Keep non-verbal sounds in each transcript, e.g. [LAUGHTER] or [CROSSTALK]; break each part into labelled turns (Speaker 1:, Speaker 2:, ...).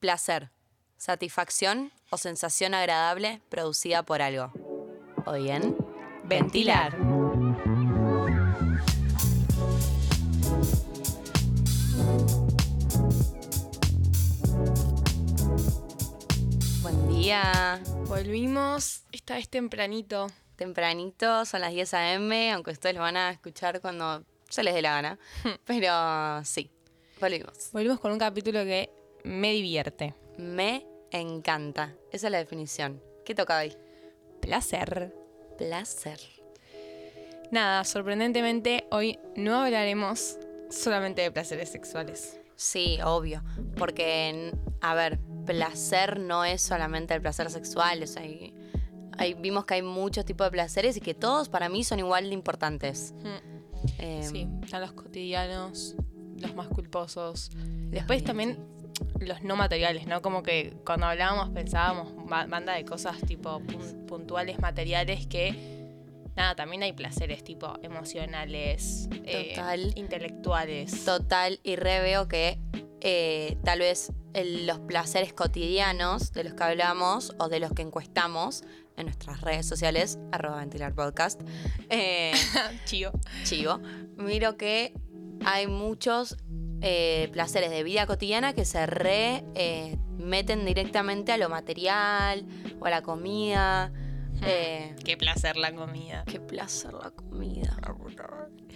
Speaker 1: Placer. Satisfacción o sensación agradable producida por algo. O bien, ventilar. Buen día.
Speaker 2: Volvimos, esta vez tempranito.
Speaker 1: Tempranito, son las 10 a.m., aunque ustedes lo van a escuchar cuando se les dé la gana. Pero sí, volvimos.
Speaker 2: Volvimos con un capítulo que me divierte.
Speaker 1: Me encanta. Esa es la definición. ¿Qué toca hoy?
Speaker 2: Placer.
Speaker 1: Placer.
Speaker 2: Nada, sorprendentemente hoy no hablaremos solamente de placeres sexuales.
Speaker 1: Sí, obvio. Porque, a ver, placer no es solamente el placer sexual. o sea, hay- hay- vimos que hay muchos tipos de placeres y que todos para mí son igual de importantes. Em,
Speaker 2: Mm, Sí, están los cotidianos, los más culposos. Después también los no materiales, ¿no? Como que cuando hablábamos pensábamos ba- banda de cosas tipo pun- puntuales, materiales que... Nada, también hay placeres tipo emocionales, eh,
Speaker 1: Total.
Speaker 2: intelectuales.
Speaker 1: Total, y re veo que eh, tal vez el- los placeres cotidianos de los que hablamos o de los que encuestamos en nuestras redes sociales, arroba ventilar podcast, eh,
Speaker 2: [LAUGHS] Chío.
Speaker 1: chivo, miro que hay muchos eh, placeres de vida cotidiana que se re eh, meten directamente a lo material o a la comida.
Speaker 2: Mm.
Speaker 1: Eh,
Speaker 2: Qué placer la comida.
Speaker 1: qué placer la comida.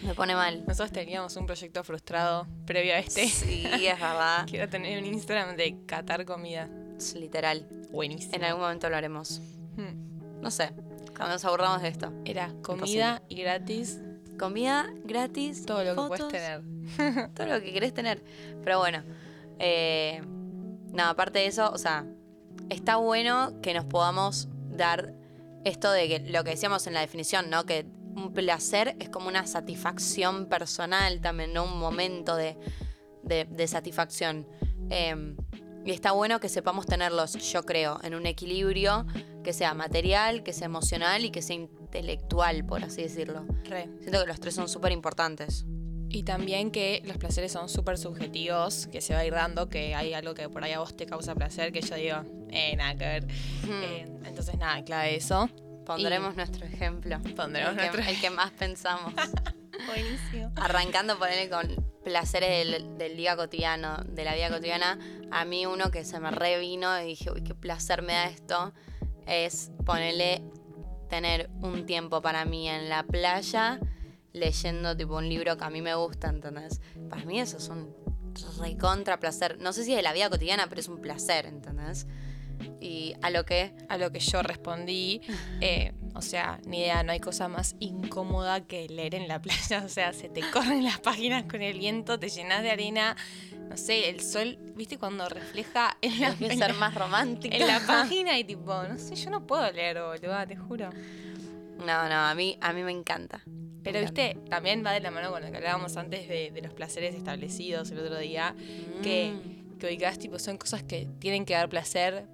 Speaker 1: Me pone mal.
Speaker 2: Nosotros teníamos un proyecto frustrado previo a este. [LAUGHS]
Speaker 1: Sí, es verdad.
Speaker 2: Quiero tener un Instagram de catar comida.
Speaker 1: Es literal.
Speaker 2: Buenísimo.
Speaker 1: En algún momento lo haremos. No sé, cuando nos aburramos de esto.
Speaker 2: Era comida y gratis
Speaker 1: Comida gratis,
Speaker 2: todo lo que
Speaker 1: fotos,
Speaker 2: puedes tener.
Speaker 1: Todo lo que querés tener. Pero bueno, eh, no, aparte de eso, o sea, está bueno que nos podamos dar esto de que lo que decíamos en la definición, ¿no? Que un placer es como una satisfacción personal también, ¿no? Un momento de, de- de satisfacción. Eh, y está bueno que sepamos tenerlos, yo creo, en un equilibrio que sea material, que sea emocional y que sea intelectual, por así decirlo.
Speaker 2: Re.
Speaker 1: Siento que los tres son súper importantes.
Speaker 2: Y también que los placeres son súper subjetivos, que se va a ir dando, que hay algo que por ahí a vos te causa placer, que yo digo, eh, nada que ver. Eh, entonces, nada, clave eso.
Speaker 1: Pondremos
Speaker 2: Y-
Speaker 1: nuestro ejemplo.
Speaker 2: Pondremos
Speaker 1: el que,
Speaker 2: nuestro-
Speaker 1: el que
Speaker 2: [LAUGHS]
Speaker 1: más pensamos.
Speaker 2: Buenísimo.
Speaker 1: Arrancando por él con placeres del, del día cotidiano, de la vida cotidiana, a mí uno que se me revino y dije, uy, qué placer me da esto, es ponerle tener un tiempo para mí en la playa leyendo tipo un libro que a mí me gusta, ¿entendés? Para mí eso es un recontra placer. No sé si es de la vida cotidiana, pero es un placer, ¿entendés? Y a lo que
Speaker 2: a lo que yo respondí. eh, o sea, ni idea, no hay cosa más incómoda que leer en la [LAUGHS] playa. O sea, se te corren las páginas con el viento, te llenas de arena. No sé, el sol, ¿viste? Cuando refleja en la,
Speaker 1: hay que
Speaker 2: en
Speaker 1: ser
Speaker 2: la-
Speaker 1: más romántica.
Speaker 2: en la página y tipo, no sé, yo no puedo leer, boludo, te juro.
Speaker 1: No, no, a mí, a mí me encanta.
Speaker 2: Pero,
Speaker 1: Me
Speaker 2: viste, también va de la mano con lo que hablábamos antes de, de los placeres establecidos el otro día. que-
Speaker 1: Mm.
Speaker 2: Que ubicás, tipo, son cosas que tienen que dar placer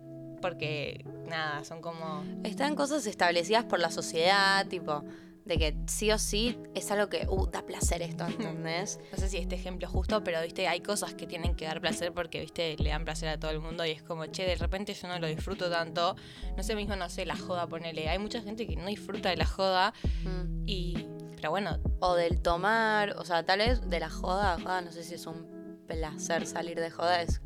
Speaker 2: porque, nada, son como...
Speaker 1: Están cosas establecidas por la sociedad, tipo, de que sí o sí es algo que, uh, da placer [LAUGHS] esto, ¿entendés?
Speaker 2: no sé si este ejemplo es justo, pero viste, hay cosas que tienen que dar placer porque, viste, le dan placer a todo el mundo y es como, che, de repente yo no lo disfruto tanto. No sé, mismo, no sé, la joda, ponele. Hay mucha gente que no disfruta de la joda
Speaker 1: Mm.
Speaker 2: y. Pero bueno,
Speaker 1: O del tomar, o sea, tal vez de la joda, joda, no sé si es un placer salir de joda, es,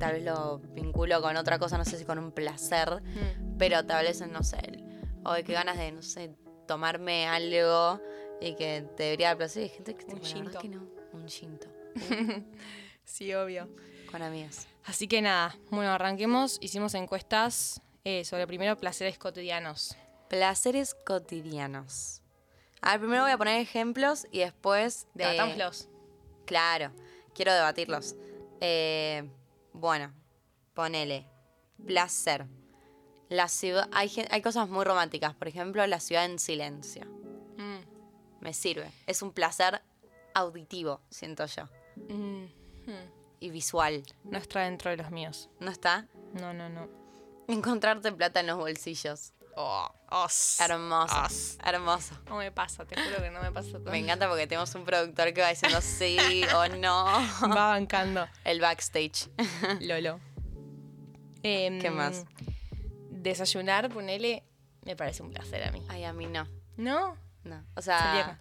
Speaker 1: tal vez lo vinculo con otra cosa, no sé si con un placer,
Speaker 2: Mm.
Speaker 1: pero tal vez, no sé, el- hoy qué ganas de, no sé, tomarme algo y que te debería dar placer. Y hay gente que,
Speaker 2: Un
Speaker 1: tipo, la verdad
Speaker 2: shinto.
Speaker 1: que no, un shinto,
Speaker 2: sí, obvio.
Speaker 1: con amigas.
Speaker 2: Así que nada, bueno, arranquemos. Hicimos encuestas eh, sobre primero placeres cotidianos.
Speaker 1: Placeres cotidianos. A ver, primero voy a poner ejemplos y después. eh,
Speaker 2: Debatámoslos.
Speaker 1: claro, quiero debatirlos. Eh, bueno, ponele. Placer. La ciudad. Hay, gen- hay cosas muy románticas. Por ejemplo, la ciudad en silencio.
Speaker 2: Mm.
Speaker 1: Me sirve. Es un placer auditivo, siento yo.
Speaker 2: Mm. Mm.
Speaker 1: Y visual.
Speaker 2: No está dentro de los míos.
Speaker 1: ¿No está?
Speaker 2: No, no, no.
Speaker 1: Encontrarte plata en los bolsillos.
Speaker 2: Oh, os.
Speaker 1: Hermoso.
Speaker 2: Os.
Speaker 1: Hermoso.
Speaker 2: No me pasa, te juro que no me [LAUGHS] pasa todo.
Speaker 1: Me encanta porque tenemos un productor que va [LAUGHS] diciendo sí o no.
Speaker 2: Va bancando.
Speaker 1: El backstage.
Speaker 2: Lolo. Em,
Speaker 1: ¿Qué más?
Speaker 2: Desayunar, ponele, me parece un placer a mí.
Speaker 1: Ay, a mí no.
Speaker 2: ¿No?
Speaker 1: No. O sea.
Speaker 2: Celíaca.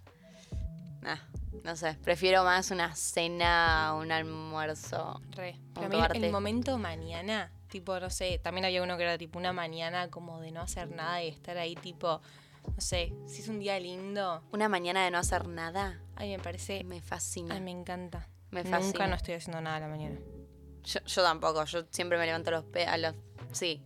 Speaker 1: nah, no sé. Prefiero más una cena, un almuerzo.
Speaker 2: Re.
Speaker 1: Como
Speaker 2: Para mí
Speaker 1: tomarte.
Speaker 2: el momento mañana, tipo, no sé, también había uno que era tipo una mañana como de no hacer nada y estar ahí tipo, no sé, si es un día lindo,
Speaker 1: Una mañana de no hacer nada. eh,
Speaker 2: ay, me parece,
Speaker 1: Me fascina.
Speaker 2: ay, me encanta.
Speaker 1: Me fascina.
Speaker 2: Nunca no estoy haciendo nada a la mañana.
Speaker 1: Yo, yo tampoco. Yo siempre me levanto a los. pe- A los sí.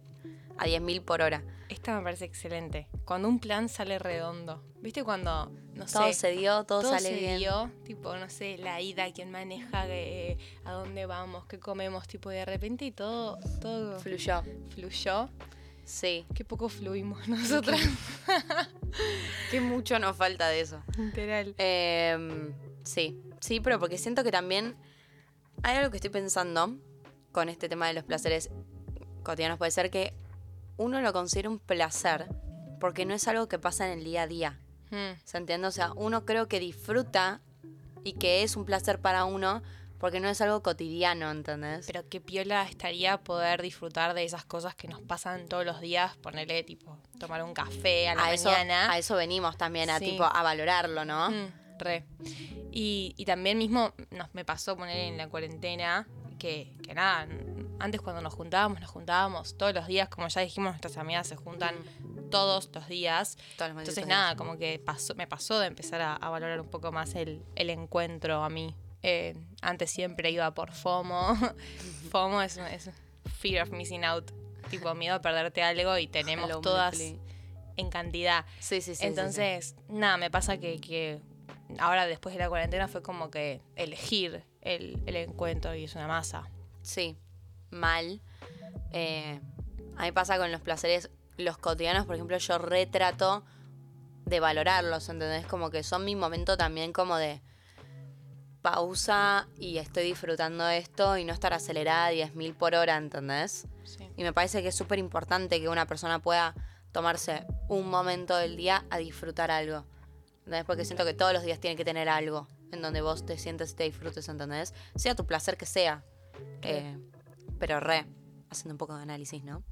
Speaker 1: A 10.000 por hora.
Speaker 2: Esta me parece excelente. Cuando un plan sale redondo. ¿Viste cuando, no
Speaker 1: Todo
Speaker 2: sé,
Speaker 1: se dio, todo,
Speaker 2: todo
Speaker 1: sale
Speaker 2: se
Speaker 1: bien.
Speaker 2: dio? Tipo, no sé, la ida, quién maneja, eh, a dónde vamos, qué comemos, tipo, de repente y todo, todo
Speaker 1: Fluyó.
Speaker 2: fluyó.
Speaker 1: Sí.
Speaker 2: Qué poco
Speaker 1: [LAUGHS]
Speaker 2: fluimos [LAUGHS] nosotras,
Speaker 1: Que mucho nos falta de eso.
Speaker 2: literal.
Speaker 1: Em, sí, sí, pero porque siento que también hay algo que estoy pensando con este tema de los placeres cotidianos. Puede ser que uno lo considera un placer porque no es algo que pasa en el día a día.
Speaker 2: Mm.
Speaker 1: ¿Se entiende? O sea, uno creo que disfruta y que es un placer para uno porque no es algo cotidiano, ¿entendés?
Speaker 2: Pero qué piola estaría poder disfrutar de esas cosas que nos pasan todos los días, ponerle tipo tomar un café a la
Speaker 1: a, eso,
Speaker 2: mañana.
Speaker 1: a eso venimos también, a
Speaker 2: Sí.
Speaker 1: tipo a valorarlo, ¿no?
Speaker 2: Mm, re. Y, y también mismo nos me pasó poner en la cuarentena que, que nada, n- antes cuando nos juntábamos, nos juntábamos todos los días, como ya dijimos, nuestras amigas se juntan todos los días.
Speaker 1: Todos los malditos
Speaker 2: Entonces nada, como que pasó, me pasó de empezar a, a valorar un poco más el, el encuentro a mí. Eh, antes siempre iba por FOMO. [LAUGHS] FOMO es, es Fear of Missing Out. Tipo, miedo a perderte algo y
Speaker 1: días.
Speaker 2: tenemos
Speaker 1: Hello,
Speaker 2: todas
Speaker 1: Monopoly.
Speaker 2: en cantidad.
Speaker 1: Sí, sí, sí, sí, sí.
Speaker 2: Entonces, nada, me pasa que, que ahora después de la cuarentena fue como que elegir el, el encuentro y es una masa.
Speaker 1: Sí, mal. Eh, a mí pasa con los placeres, los cotidianos, por ejemplo, yo retrato de valorarlos, ¿entendés? Como que son mi momento también como de pausa y estoy disfrutando esto y no estar acelerada a 10.000 por hora, ¿entendés? Y me parece que es súper importante que una persona pueda tomarse un momento del día a disfrutar algo. ¿Entendés? Porque siento que todos los días tiene que tener algo en donde vos te sientes y te disfrutes, ¿entendés? Sea tu placer que sea. Eh, pero re, haciendo un poco de análisis, ¿no?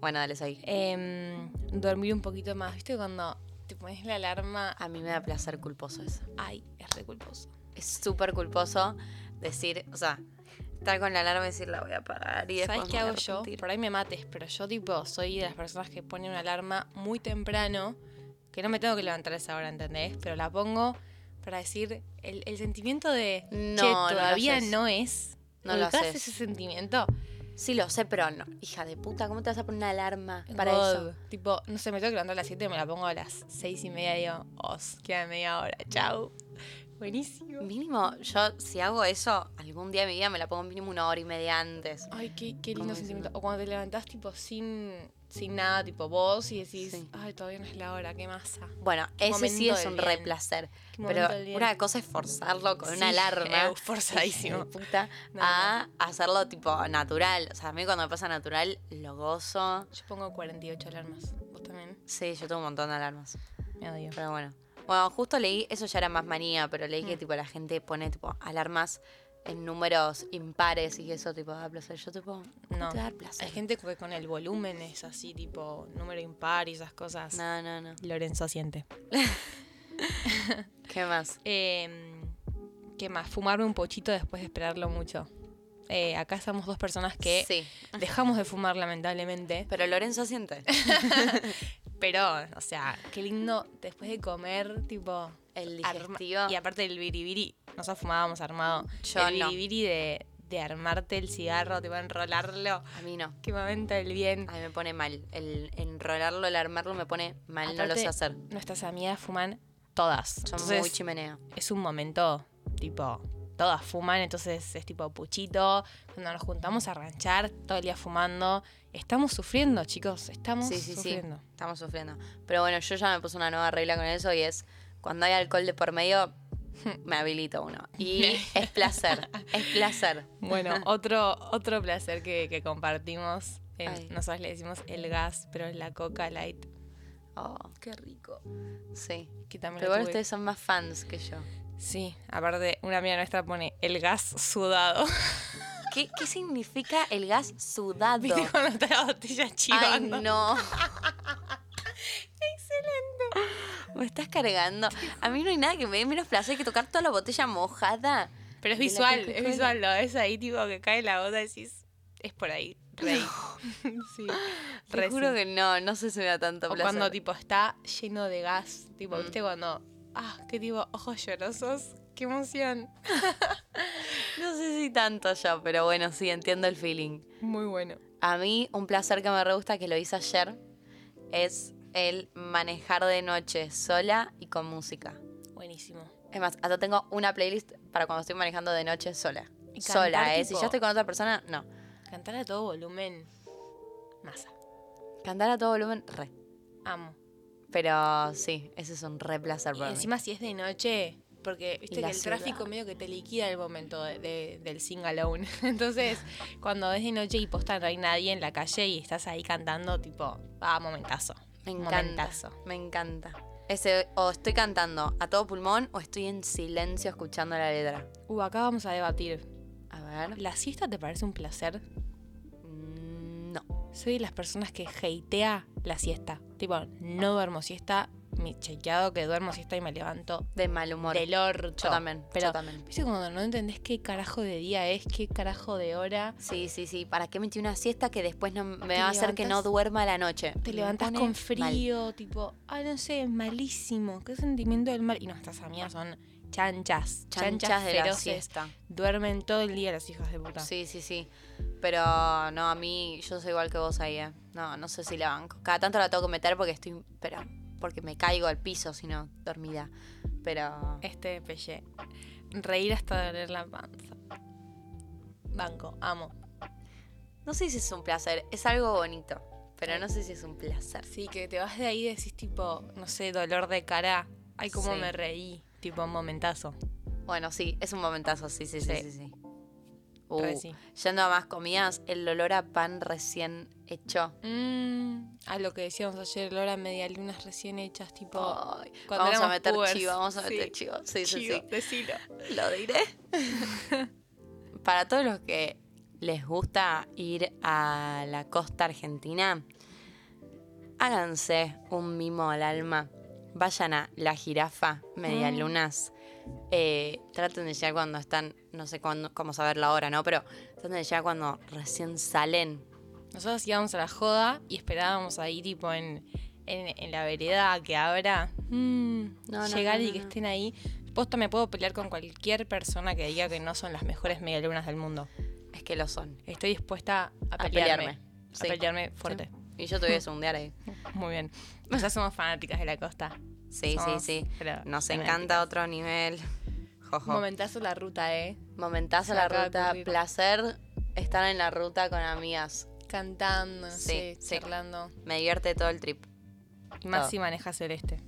Speaker 1: Bueno, dale ahí.
Speaker 2: Em, dormir un poquito más, ¿viste? Cuando te pones la alarma,
Speaker 1: A mí me da placer culposo eso.
Speaker 2: ay, es re culposo.
Speaker 1: Es súper culposo decir, o sea, estar con la alarma y decir la voy a apagar y después
Speaker 2: ¿Sabes qué
Speaker 1: me voy a
Speaker 2: hago yo?
Speaker 1: arrepentir.
Speaker 2: Por ahí me mates, pero yo tipo soy de las personas que ponen una alarma muy temprano, que no me tengo que levantar a esa hora, ¿entendés? Pero la pongo para decir el, el sentimiento de,
Speaker 1: No,
Speaker 2: che,
Speaker 1: no lo
Speaker 2: todavía
Speaker 1: haces.
Speaker 2: no, es.
Speaker 1: No lo
Speaker 2: ¿Ubicás
Speaker 1: haces.
Speaker 2: ese sentimiento?
Speaker 1: Sí, lo sé, pero no. Hija de puta, ¿cómo te vas a poner una alarma para
Speaker 2: God.
Speaker 1: eso?
Speaker 2: Tipo, no sé, me tengo que levantar a las 7, me la pongo a las 6 y media y digo, os, queda media hora, chau. Buenísimo.
Speaker 1: Mínimo, yo si hago eso, algún día de mi vida me la pongo mínimo una hora y media antes.
Speaker 2: Ay, qué, qué
Speaker 1: Como diciendo-
Speaker 2: lindo sentimiento. O cuando te levantás tipo sin, sin nada, tipo vos, y decís,
Speaker 1: Sí.
Speaker 2: ay, todavía no es la hora, qué masa.
Speaker 1: Bueno, ese sí
Speaker 2: momento
Speaker 1: es
Speaker 2: del
Speaker 1: un re
Speaker 2: bien.
Speaker 1: placer.
Speaker 2: Qué
Speaker 1: Pero
Speaker 2: momento del día.
Speaker 1: una cosa es forzarlo con una
Speaker 2: Sí,
Speaker 1: alarma.
Speaker 2: eu, forzadísimo.
Speaker 1: [LAUGHS] puta,
Speaker 2: [LAUGHS] No,
Speaker 1: a hacerlo tipo natural. O sea, a mí cuando me pasa natural, lo gozo.
Speaker 2: Yo pongo 48 alarmas. Vos también.
Speaker 1: Sí, yo tengo un montón de alarmas.
Speaker 2: Me odio.
Speaker 1: Pero bueno. Bueno, justo leí, eso ya era más manía, pero leí que
Speaker 2: Mm.
Speaker 1: tipo la gente pone tipo alarmas en números impares y eso tipo da placer. Yo tipo, no
Speaker 2: No.
Speaker 1: te va a dar placer.
Speaker 2: Hay gente que con el volumen es así, tipo número impar y esas cosas.
Speaker 1: No, no, no.
Speaker 2: Lorenzo siente.
Speaker 1: ¿Qué más?
Speaker 2: Em, ¿Qué más? Fumarme un pochito después de esperarlo mucho. Eh, acá estamos dos personas que
Speaker 1: Sí.
Speaker 2: dejamos de fumar, lamentablemente.
Speaker 1: Pero Lorenzo siente.
Speaker 2: Pero, o sea, qué lindo después de comer, tipo.
Speaker 1: El [LAUGHS]
Speaker 2: arma-
Speaker 1: digestivo.
Speaker 2: y aparte el biribiri. Nosotros fumábamos armado.
Speaker 1: Yo
Speaker 2: el
Speaker 1: no.
Speaker 2: biribiri de, de armarte el cigarro, te va a enrolarlo.
Speaker 1: A mí no.
Speaker 2: Qué momento del bien.
Speaker 1: A mí me pone mal. El enrolarlo, el armarlo me pone mal. Ah, no lo
Speaker 2: Aparte,
Speaker 1: sé hacer.
Speaker 2: Nuestras amigas fuman todas.
Speaker 1: Son
Speaker 2: Entonces,
Speaker 1: muy chimenea.
Speaker 2: es un momento, tipo, todas fuman, entonces es tipo puchito. Cuando nos juntamos a ranchar, todo el día fumando. Estamos sufriendo, chicos. Estamos
Speaker 1: Sí, sí,
Speaker 2: sufriendo.
Speaker 1: [LAUGHS] sí. Estamos sufriendo. Pero bueno, yo ya me puse una nueva regla con eso y es cuando hay alcohol de por medio, me habilito uno. [LAUGHS] Y es placer. Es placer. [LAUGHS]
Speaker 2: Bueno,
Speaker 1: oh,
Speaker 2: otro, otro placer que, que compartimos. eh,
Speaker 1: Ay.
Speaker 2: nosotros le decimos el gas, pero es la coca light.
Speaker 1: Oh,
Speaker 2: Qué rico.
Speaker 1: sí.
Speaker 2: Que también
Speaker 1: Pero
Speaker 2: lo
Speaker 1: igual
Speaker 2: tuve.
Speaker 1: ustedes son más fans que yo.
Speaker 2: Sí, aparte, una amiga nuestra pone el gas sudado. [LAUGHS]
Speaker 1: ¿Qué, qué significa el gas [LAUGHS] sudado?
Speaker 2: ¿Viste cuando está la botella
Speaker 1: Ay, [LAUGHS]
Speaker 2: chivando?
Speaker 1: no. Excelente. Me estás cargando. A mí no hay nada que me dé menos placer que tocar toda la botella mojada.
Speaker 2: Pero es
Speaker 1: De la
Speaker 2: visual, es
Speaker 1: Coca-Cola.
Speaker 2: visual, lo ves ahí, tipo, que cae la gota y decís, es por ahí, rey. [LAUGHS] sí,
Speaker 1: Te
Speaker 2: re
Speaker 1: juro
Speaker 2: sí.
Speaker 1: que no, no sé si me da tanto
Speaker 2: O
Speaker 1: placer.
Speaker 2: cuando, tipo, está lleno de gas, tipo,
Speaker 1: Mm.
Speaker 2: viste cuando, ah, qué tipo, ojos llorosos, qué emoción.
Speaker 1: No sé si tanto yo, pero bueno, sí, entiendo el feeling.
Speaker 2: Muy bueno.
Speaker 1: A mí, un placer que me re gusta, que lo hice ayer, es el manejar de noche sola y con música.
Speaker 2: Buenísimo.
Speaker 1: Es más, hasta tengo una playlist para cuando estoy manejando de noche sola.
Speaker 2: Y
Speaker 1: Sola,
Speaker 2: cantar,
Speaker 1: ¿eh? Si
Speaker 2: tipo-
Speaker 1: yo estoy con otra persona, no.
Speaker 2: Cantar a todo volumen, masa,
Speaker 1: Cantar a todo volumen, re.
Speaker 2: amo.
Speaker 1: Pero sí, ese es un re placer
Speaker 2: Y
Speaker 1: para mí.
Speaker 2: encima si es de noche, porque
Speaker 1: Y
Speaker 2: viste
Speaker 1: la
Speaker 2: que el
Speaker 1: ciudad.
Speaker 2: tráfico medio que te liquida el momento de- de- del sing alone. [LAUGHS] Entonces, cuando es de noche y posta no hay nadie en la calle y estás ahí cantando, tipo, ah, momentazo.
Speaker 1: Me encanta.
Speaker 2: Momentazo.
Speaker 1: Me encanta. Ese, o estoy cantando a todo pulmón o estoy en silencio escuchando la letra.
Speaker 2: Uh, acá vamos a debatir.
Speaker 1: A ver.
Speaker 2: ¿La siesta te parece un placer?
Speaker 1: Mm, No.
Speaker 2: Soy de las personas que hatea la siesta. Tipo, no duermo siesta, mi chequeado que duermo siesta y me levanto
Speaker 1: De mal humor.
Speaker 2: del orto.
Speaker 1: Yo también.
Speaker 2: Pero,
Speaker 1: yo también.
Speaker 2: ¿viste cuando no entendés qué carajo de día es, qué carajo de hora?
Speaker 1: Sí, sí, sí. ¿Para qué metí una siesta que después no me
Speaker 2: Te
Speaker 1: va a hacer que no
Speaker 2: levantas-
Speaker 1: duerma a la noche?
Speaker 2: Te
Speaker 1: Me
Speaker 2: levantas
Speaker 1: pone
Speaker 2: con
Speaker 1: mal.
Speaker 2: frío, tipo, ah, no sé, malísimo, qué sentimiento del mal. Y nuestras amigas son chanchas, chanchas,
Speaker 1: Chanchas de la
Speaker 2: feroces.
Speaker 1: siesta.
Speaker 2: Duermen todo el día las hijas de puta.
Speaker 1: Sí, sí, sí. Pero no, a mí, yo soy igual que vos ahí, ¿eh? No, no sé si la banco. Cada tanto la tengo que meter porque estoy. Pero, porque me caigo al piso, si no, dormida. Pero.
Speaker 2: Este pelle. Reír hasta doler la panza. Banco, amo.
Speaker 1: No sé si es un placer, es algo bonito. Pero no sé si es un placer.
Speaker 2: Sí, que te vas de ahí y decís, tipo, no sé, dolor de cara. Ay, cómo
Speaker 1: Sí.
Speaker 2: me reí. Tipo, un momentazo.
Speaker 1: Bueno, sí, es un momentazo, sí, sí, sí, sí.
Speaker 2: Sí.
Speaker 1: sí.
Speaker 2: Re
Speaker 1: Uh,
Speaker 2: sí.
Speaker 1: Yendo a más comidas, el olor a pan recién hecho.
Speaker 2: Mm, a lo que decíamos ayer, Lora, medialunas recién hechas, tipo.
Speaker 1: Ay,
Speaker 2: cuando
Speaker 1: vamos a
Speaker 2: éramos
Speaker 1: meter
Speaker 2: pubers.
Speaker 1: chivo, vamos a
Speaker 2: Oh, Sí.
Speaker 1: meter chivo. Sí, sí,
Speaker 2: Chivo,
Speaker 1: sí.
Speaker 2: decilo.
Speaker 1: Lo diré. [LAUGHS] Para todos los que les gusta ir a la costa argentina, háganse un mimo al alma. Vayan a La Jirafa, Medialunas. Eh, traten de llegar cuando están, no sé cuándo, cómo saber la hora, ¿no? Pero traten de llegar cuando recién salen.
Speaker 2: Nosotros íbamos a la joda y esperábamos ahí, tipo, en, en, en la vereda que abra. Mm,
Speaker 1: No, no,
Speaker 2: llegar
Speaker 1: no,
Speaker 2: y
Speaker 1: no,
Speaker 2: que
Speaker 1: no.
Speaker 2: estén ahí. Posta, me puedo pelear con cualquier persona que diga que no son las mejores medialunas del mundo.
Speaker 1: Es que lo son.
Speaker 2: Estoy dispuesta a
Speaker 1: A
Speaker 2: pelearme.
Speaker 1: pelearme. Sí.
Speaker 2: A pelearme fuerte.
Speaker 1: Y yo te voy a sundear ahí.
Speaker 2: Muy bien. Nosotros somos fanáticas de la costa.
Speaker 1: Sí, sí,
Speaker 2: Somos,
Speaker 1: sí.
Speaker 2: pero
Speaker 1: Nos
Speaker 2: fanáticas.
Speaker 1: encanta otro nivel. [LAUGHS] Jojo.
Speaker 2: Momentazo la ruta, ¿eh?
Speaker 1: Momentazo
Speaker 2: Se
Speaker 1: la
Speaker 2: acaba de
Speaker 1: ruta,
Speaker 2: ocurrir.
Speaker 1: placer estar en la ruta con amigas.
Speaker 2: Cantando,
Speaker 1: Sí,
Speaker 2: sí,
Speaker 1: sí.
Speaker 2: charlando.
Speaker 1: Me divierte todo el trip. [LAUGHS]
Speaker 2: Y más
Speaker 1: Todo.
Speaker 2: si manejas celeste.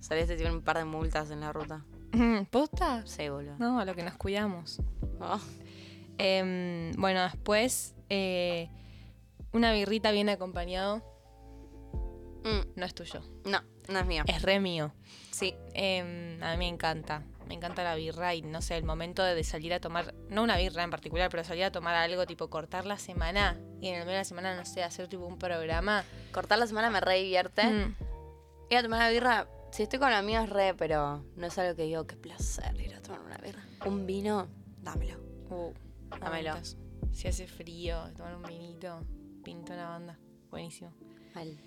Speaker 1: Celeste tiene un par de multas en la ruta.
Speaker 2: [LAUGHS] ¿Posta?
Speaker 1: Sí, boludo.
Speaker 2: No, a lo que nos cuidamos.
Speaker 1: Oh,
Speaker 2: Em, bueno, después eh, una birrita bien acompañado
Speaker 1: mm,
Speaker 2: no es tuyo,
Speaker 1: No, no es mío.
Speaker 2: es re mío.
Speaker 1: Sí,
Speaker 2: Em, a mí me encanta, me encanta la birra y no sé, el momento de salir a tomar, no una birra en particular, pero salir a tomar algo tipo cortar la semana y en el medio de la semana, no sé, hacer tipo un programa.
Speaker 1: cortar la semana me re divierte.
Speaker 2: Mm,
Speaker 1: Ir a tomar una birra, si estoy con amigas re, pero no es algo que digo, qué placer ir a tomar una birra. Un vino, dámelo.
Speaker 2: uh,
Speaker 1: Dámelo.
Speaker 2: momentos. Si hace frío, tomar un vinito, pinto una banda, buenísimo.
Speaker 1: Mal.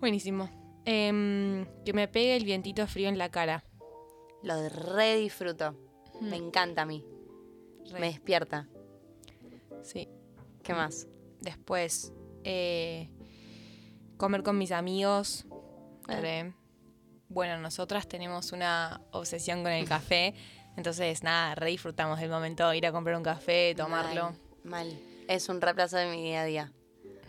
Speaker 2: Buenísimo. Em, que me pegue el vientito frío en la cara.
Speaker 1: Lo re disfruto. Me encanta a mí.
Speaker 2: Mm. Re.
Speaker 1: Me despierta.
Speaker 2: Sí.
Speaker 1: ¿Qué más?
Speaker 2: Después, eh, comer con mis amigos.
Speaker 1: Ah.
Speaker 2: Re. Bueno, nosotras tenemos una obsesión con el café. Entonces, nada, re disfrutamos del momento de ir a comprar un café, tomarlo.
Speaker 1: Mal, mal. Es un reemplazo de mi día a día.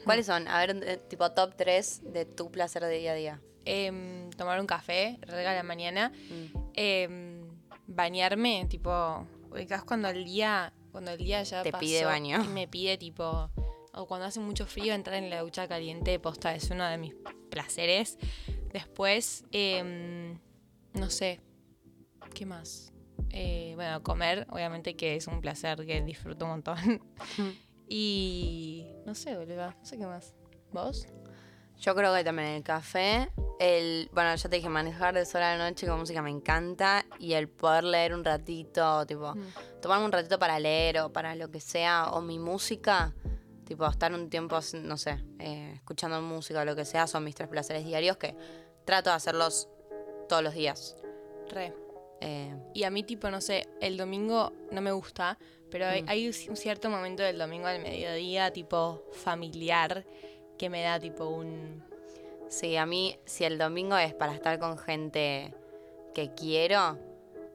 Speaker 1: ¿Cuáles son? A ver, eh, tipo top 3 de tu placer de día a día.
Speaker 2: Em, tomar un café, rega la mañana.
Speaker 1: Mm.
Speaker 2: Em, bañarme, tipo, ubicás cuando el día, cuando el día ya
Speaker 1: Te
Speaker 2: pasó
Speaker 1: pide baño.
Speaker 2: y me pide tipo, o cuando hace mucho frío entrar en la ducha caliente, posta, es uno de mis placeres. Después, em, no sé, ¿qué más? eh, bueno, comer, obviamente que es un placer que disfruto
Speaker 1: [LAUGHS]
Speaker 2: un montón. y no sé, boludo, no sé qué más. ¿Vos?
Speaker 1: Yo creo que también el café, el, bueno, ya te dije, manejar de sola a la noche con música me encanta y el poder leer un ratito, tipo, tomarme un ratito para leer o para lo que sea, o mi música, tipo, estar un tiempo, no sé, eh, escuchando música o lo que sea, son mis tres placeres diarios que trato de hacerlos todos los días.
Speaker 2: Re.
Speaker 1: Eh,
Speaker 2: Y a mí, tipo, no sé, el domingo no me gusta, pero hay,
Speaker 1: Mm.
Speaker 2: hay un cierto momento del domingo al mediodía, tipo, familiar, que me da, tipo, un...
Speaker 1: Sí, a mí, si el domingo es para estar con gente que quiero,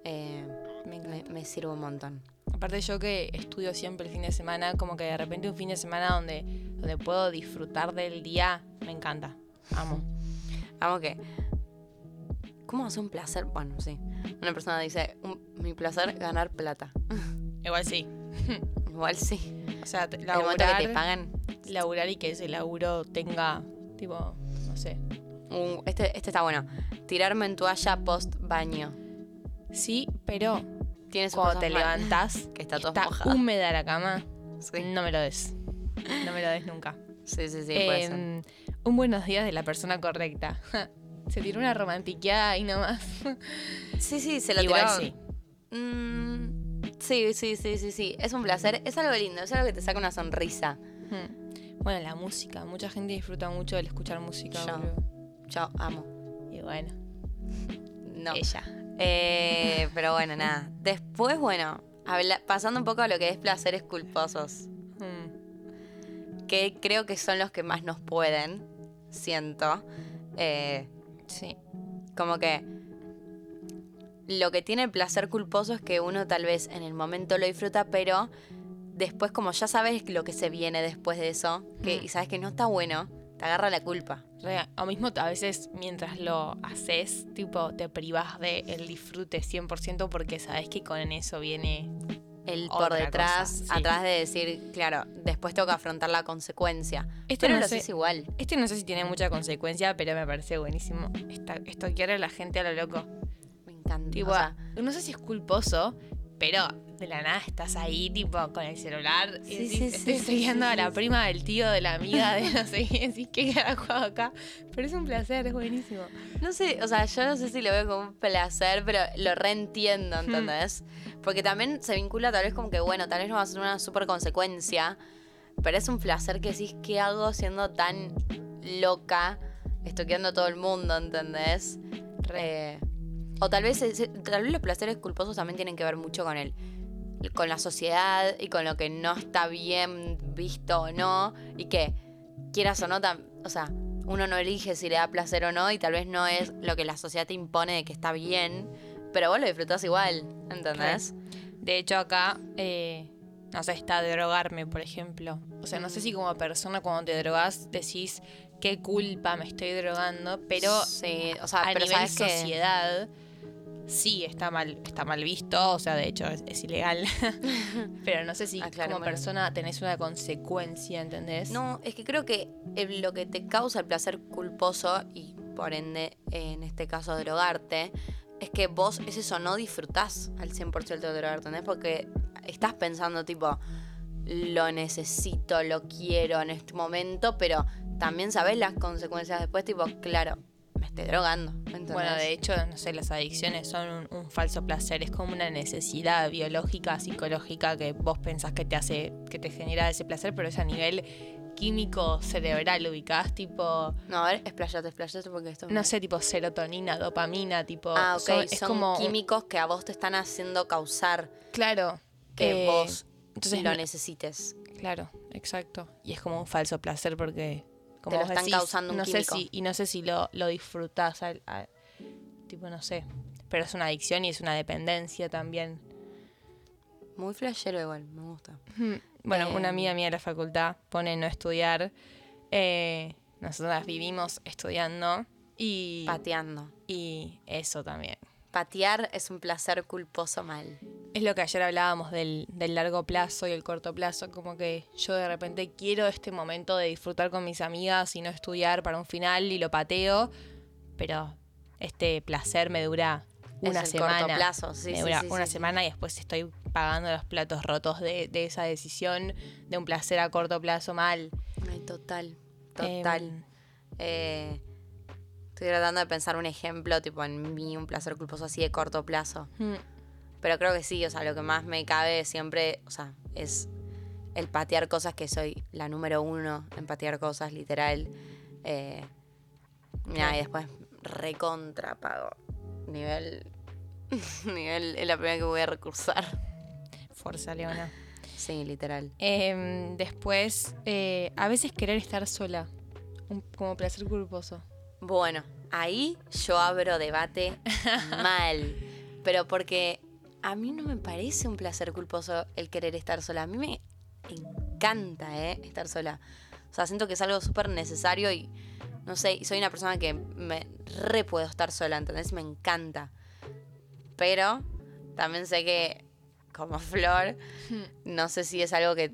Speaker 1: eh,
Speaker 2: Me
Speaker 1: me,
Speaker 2: encanta.
Speaker 1: me sirve un montón.
Speaker 2: Aparte yo que estudio siempre el fin de semana, como que de repente un fin de semana donde, donde puedo disfrutar del día, me encanta. Amo.
Speaker 1: Vamos que. ¿Cómo hace un placer? Bueno, sí. Una persona dice, "Un- mi placer ganar plata. [LAUGHS]
Speaker 2: Igual sí.
Speaker 1: Igual sí.
Speaker 2: O sea, te-
Speaker 1: El momento que te
Speaker 2: laburar,
Speaker 1: pagan.
Speaker 2: laburar y que ese laburo tenga, tipo, no sé.
Speaker 1: Uh, este, este está bueno. Tirarme en toalla post baño.
Speaker 2: Sí, pero
Speaker 1: Tienes
Speaker 2: cuando te
Speaker 1: levantas
Speaker 2: levantás,
Speaker 1: Que está todo mojado.
Speaker 2: húmeda la cama,
Speaker 1: [LAUGHS] Sí,
Speaker 2: no me lo des. No me lo des nunca.
Speaker 1: sí, sí, sí, puede ser.
Speaker 2: Em, un buenos días de la persona correcta. [LAUGHS] Se tiró una romantiqueada ahí nomás.
Speaker 1: Sí, sí, se lo
Speaker 2: Igual
Speaker 1: tiró.
Speaker 2: sí.
Speaker 1: Mm, sí, sí, sí, sí, sí. Es un placer. Es algo lindo. Es algo que te saca una sonrisa.
Speaker 2: Hmm. Bueno, la música. Mucha gente disfruta mucho del escuchar música.
Speaker 1: Yo.
Speaker 2: boludo.
Speaker 1: Yo amo.
Speaker 2: Y bueno,
Speaker 1: No.
Speaker 2: ella.
Speaker 1: Eh, pero bueno, nada. Después, bueno, habla- pasando un poco a lo que es placeres culposos,
Speaker 2: Hmm.
Speaker 1: que creo que son los que más nos pueden, siento. Eh,
Speaker 2: Sí.
Speaker 1: como que lo que tiene el placer culposo es que uno tal vez en el momento lo disfruta, pero después como ya sabes lo que se viene después de eso, que,
Speaker 2: Mm.
Speaker 1: y sabes que no está bueno, te agarra la culpa.
Speaker 2: Re- o mismo a veces mientras lo haces, tipo, te privas de el disfrute 100% porque sabes que con eso viene.
Speaker 1: El por
Speaker 2: Otra
Speaker 1: detrás,
Speaker 2: cosa, sí.
Speaker 1: atrás de decir, claro, después tengo que afrontar la consecuencia.
Speaker 2: Esto
Speaker 1: Pero
Speaker 2: no
Speaker 1: lo
Speaker 2: sé-
Speaker 1: haces igual.
Speaker 2: Este no sé si tiene mucha consecuencia, pero me parece buenísimo. Esta, esto quiere la gente a lo loco.
Speaker 1: Me encanta.
Speaker 2: Tipo,
Speaker 1: o sea,
Speaker 2: no sé si es culposo, pero de la nada estás ahí, tipo, con el celular. Y
Speaker 1: Sí,
Speaker 2: decís,
Speaker 1: sí, sí,
Speaker 2: estoy
Speaker 1: sí,
Speaker 2: siguiendo
Speaker 1: sí,
Speaker 2: a la
Speaker 1: sí,
Speaker 2: prima del tío, de la
Speaker 1: [LAUGHS]
Speaker 2: amiga, de no sé qué, decís, qué carajo hago acá. Pero es un placer, es buenísimo.
Speaker 1: no sé, o sea, yo no sé si lo veo como un placer, pero lo reentiendo, ¿entendés? Porque también se vincula tal vez como que, bueno, tal vez no va a ser una super consecuencia, pero es un placer que decís, ¿qué hago siendo tan loca, estoqueando a todo el mundo, ¿entendés? Eh, o tal vez, ese- tal vez los placeres culposos también tienen que ver mucho con el con la sociedad y con lo que no está bien visto o no y que quieras o no, tam- o sea, uno no elige si le da placer o no y tal vez no es lo que la sociedad te impone de que está bien, pero vos lo disfrutás igual, ¿entendés?
Speaker 2: De hecho, acá, eh, no sé, está drogarme, por ejemplo. O sea, no sé si como persona cuando te drogas decís qué culpa me estoy drogando, pero
Speaker 1: sí, o sea,
Speaker 2: a
Speaker 1: Ah, pero
Speaker 2: nivel
Speaker 1: sabes que
Speaker 2: sociedad sí está mal, está mal visto, o sea, de hecho es, es ilegal. [LAUGHS] pero no sé si
Speaker 1: Ah, claro,
Speaker 2: como
Speaker 1: bueno.
Speaker 2: persona tenés una consecuencia, ¿entendés?
Speaker 1: No, es que creo que eh, lo que te causa el placer culposo y por ende, en este caso, drogarte, es que vos es eso, no disfrutás al 100% de drogarte, ¿entendés? Porque estás pensando tipo, lo necesito, lo quiero en este momento, pero también sabés las consecuencias después, tipo, claro, me estoy drogando, ¿entendés?
Speaker 2: Bueno, de hecho, no sé, las adicciones son un, un falso placer, es como una necesidad biológica, psicológica que vos pensás que te hace, que te genera ese placer, pero es a nivel químico cerebral, ubicás tipo,
Speaker 1: No, a ver, explayate, explayate porque esto...
Speaker 2: no sé, tipo serotonina, dopamina, tipo,
Speaker 1: Ah, ok, son,
Speaker 2: es como,
Speaker 1: químicos que a vos te están haciendo causar
Speaker 2: claro,
Speaker 1: que
Speaker 2: eh,
Speaker 1: vos
Speaker 2: entonces
Speaker 1: lo
Speaker 2: no-
Speaker 1: necesites.
Speaker 2: Claro, exacto. Y es como un falso placer porque como
Speaker 1: Te lo
Speaker 2: vos
Speaker 1: están causando un
Speaker 2: no
Speaker 1: químico.
Speaker 2: Sé si, y no sé si lo, lo disfrutás al, al- tipo, no sé. Pero es una adicción y es una dependencia también.
Speaker 1: Muy flashero igual, me gusta.
Speaker 2: Mm, Bueno,
Speaker 1: Eh,
Speaker 2: una amiga mía de la facultad pone no estudiar. Eh, nosotras vivimos estudiando y,
Speaker 1: Pateando.
Speaker 2: y eso también.
Speaker 1: Patear es un placer culposo mal.
Speaker 2: Es lo que ayer hablábamos del, del largo plazo y el corto plazo, como que yo de repente quiero este momento de disfrutar con mis amigas y no estudiar para un final y lo pateo, pero este placer me dura
Speaker 1: Es
Speaker 2: una
Speaker 1: el corto
Speaker 2: semana.
Speaker 1: plazo, sí,
Speaker 2: Me
Speaker 1: sí,
Speaker 2: dura
Speaker 1: sí,
Speaker 2: una
Speaker 1: sí.
Speaker 2: semana y después estoy pagando los platos rotos de, de esa decisión, de un placer a corto plazo mal.
Speaker 1: Ay, total, total.
Speaker 2: Em,
Speaker 1: Eh, estoy tratando de pensar un ejemplo, tipo en mí, un placer culposo así de corto plazo.
Speaker 2: mm,
Speaker 1: Pero creo que sí, o sea, lo que más me cabe siempre, o sea, es el patear cosas, que soy la número uno en patear cosas, literal. Eh, nada, y después recontra pago. Nivel. [LAUGHS] Nivel es la primera que voy a recursar.
Speaker 2: Fuerza, Leona.
Speaker 1: Sí, literal.
Speaker 2: Em, después, eh, a veces querer estar sola, un- como placer culposo.
Speaker 1: Bueno, ahí yo abro [LAUGHS] debate mal. Pero porque a mí no me parece un placer culposo el querer estar sola. A mí me encanta ¿eh? estar sola. O sea, siento que es algo súper necesario y no sé, y soy una persona que me re puedo estar sola, ¿entendés? Me encanta. Pero también sé que, como [LAUGHS] flor, no sé si es algo que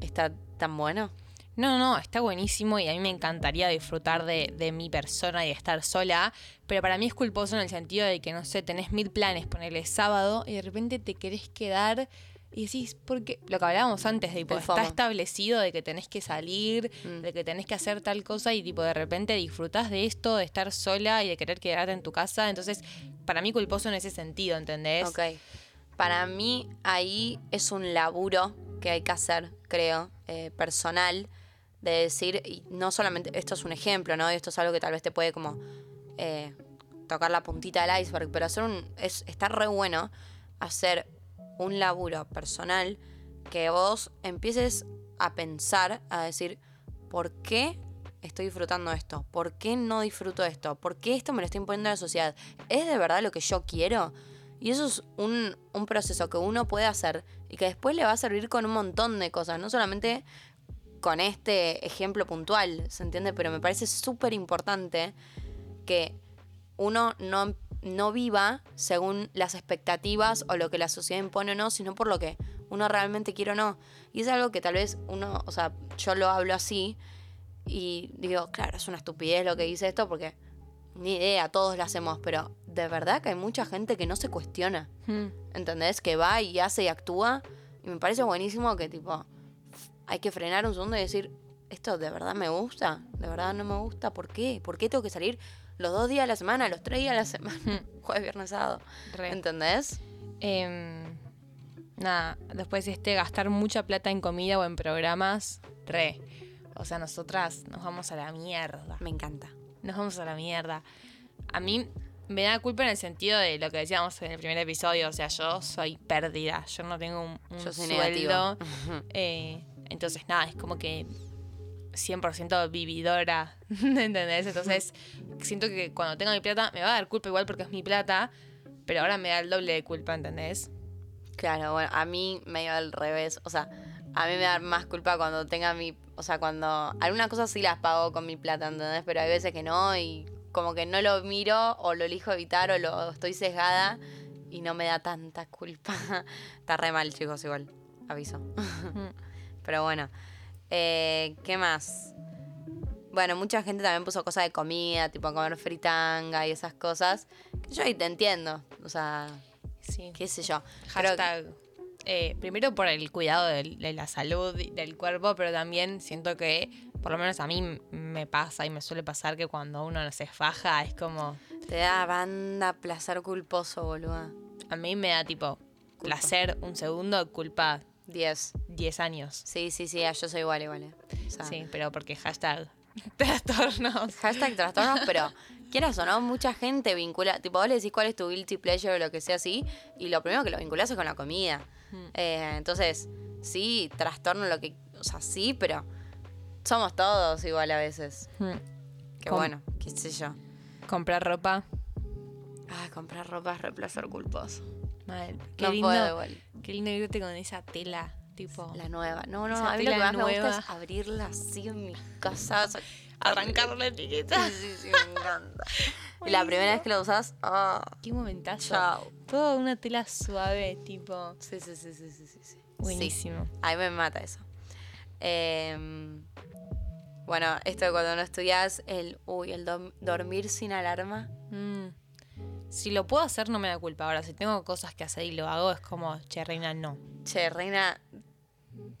Speaker 1: está tan bueno.
Speaker 2: No, no, está buenísimo y a mí me encantaría disfrutar de, de mi persona y de estar sola, pero para mí es culposo en el sentido de que, no sé, tenés mil planes, ponerle sábado y de repente te querés quedar y decís, porque lo que hablábamos antes, de, tipo,
Speaker 1: El
Speaker 2: está
Speaker 1: FOMO.
Speaker 2: establecido de que tenés que salir,
Speaker 1: Mm.
Speaker 2: de que tenés que hacer tal cosa y tipo de repente disfrutás de esto, de estar sola y de querer quedarte en tu casa, entonces para mí culposo en ese sentido, ¿entendés?
Speaker 1: Ok. Para mí ahí es un laburo que hay que hacer, creo, eh, personal, de decir, y no solamente, esto es un ejemplo, ¿no? Y esto es algo que tal vez te puede como eh, tocar la puntita del iceberg, pero hacer un, es, está re bueno hacer un laburo personal que vos empieces a pensar, a decir, ¿por qué estoy disfrutando esto? ¿Por qué no disfruto esto? ¿Por qué esto me lo está imponiendo la sociedad? ¿Es de verdad lo que yo quiero? Y eso es un, un proceso que uno puede hacer y que después le va a servir con un montón de cosas, no solamente con este ejemplo puntual, ¿se entiende? Pero me parece súper importante que uno no, no viva según las expectativas o lo que la sociedad impone o no, sino por lo que uno realmente quiere o no. Y es algo que tal vez uno, o sea, yo lo hablo así y digo, claro, es una estupidez lo que dice esto porque ni idea, todos lo hacemos, pero de verdad que hay mucha gente que no se cuestiona,
Speaker 2: Hmm.
Speaker 1: ¿entendés? Que va y hace y actúa y me parece buenísimo que tipo hay que frenar un segundo y decir, esto de verdad me gusta, de verdad no me gusta, ¿por qué? ¿Por qué tengo que salir los dos días a la semana, los tres días a la semana, [LAUGHS] jueves, viernes, sábado?
Speaker 2: Re.
Speaker 1: ¿Entendés?
Speaker 2: Em, nada, después este, gastar mucha plata en comida o en programas, re. O sea, nosotras nos vamos a la mierda.
Speaker 1: Me encanta.
Speaker 2: Nos vamos a la mierda. A mí me da culpa en el sentido de lo que decíamos en el primer episodio. O sea, yo soy pérdida. Yo no tengo un, un
Speaker 1: Yo soy
Speaker 2: sueldo.
Speaker 1: negativa. [LAUGHS]
Speaker 2: Eh, entonces, nada, es como que 100% vividora, [LAUGHS] ¿entendés? Entonces, siento que cuando tenga mi plata, me va a dar culpa igual porque es mi plata, pero ahora me da el doble de culpa, ¿entendés?
Speaker 1: Claro, bueno, a mí me iba al revés. O sea, a mí me da más culpa cuando tenga mi. O sea, cuando. Algunas cosas sí las pago con mi plata, ¿entendés? Pero hay veces que no y como que no lo miro o lo elijo evitar o lo estoy sesgada y no me da tanta culpa. [LAUGHS] Está re mal, chicos, igual. Aviso. [LAUGHS] Pero bueno. Eh, ¿Qué más? Bueno, mucha gente también puso cosas de comida, tipo comer fritanga y esas cosas. Que yo ahí te entiendo. O sea,
Speaker 2: Sí.
Speaker 1: qué sé yo. Creo que-
Speaker 2: Hashtag. eh, primero por el cuidado del- de, la salud y del cuerpo, pero también siento que, por lo menos a mí m- me pasa y me suele pasar que cuando uno no se faja, es como.
Speaker 1: Te da banda placer culposo, boluda.
Speaker 2: A mí me da tipo placer un segundo, culpa
Speaker 1: 10.
Speaker 2: 10 años.
Speaker 1: Sí, sí, sí, yo soy igual, igual. eh. O sea,
Speaker 2: Sí, pero porque hashtag [LAUGHS] trastornos.
Speaker 1: Hashtag [LAUGHS] trastornos, pero quieras o no, mucha gente vincula. Tipo, vos le decís cuál es tu guilty pleasure o lo que sea así, y lo primero que lo vinculás es con la comida. Eh, entonces, sí, trastorno lo que. O sea, sí, pero somos todos igual a veces.
Speaker 2: Hmm.
Speaker 1: Que
Speaker 2: Com-
Speaker 1: bueno, qué sé yo.
Speaker 2: Comprar ropa.
Speaker 1: Ah, comprar ropa es re placer culposo.
Speaker 2: Mal. Qué,
Speaker 1: No
Speaker 2: lindo,
Speaker 1: puedo igual.
Speaker 2: qué lindo irte con esa tela. Tipo,
Speaker 1: La nueva. No, no,
Speaker 2: Esa
Speaker 1: a mí lo que
Speaker 2: tela
Speaker 1: más me gusta
Speaker 2: nueva.
Speaker 1: es abrirla así en mi casa. sac-
Speaker 2: arrancar la etiqueta.
Speaker 1: [LAUGHS] Sí, sí, sí, me encanta. Y la primera vez que lo usás, ah,
Speaker 2: Qué momentazo.
Speaker 1: chao.
Speaker 2: Toda una tela suave, tipo.
Speaker 1: Sí, sí, sí, sí, sí, sí. sí. Sí,
Speaker 2: Buenísimo.
Speaker 1: a mí me mata eso. Em, bueno, esto de cuando no estudias, el, uy, el dom- dormir sin alarma.
Speaker 2: Mm. si lo puedo hacer no me da culpa. Ahora, si tengo cosas que hacer y lo hago, es como, che, reina, no.
Speaker 1: Che, reina,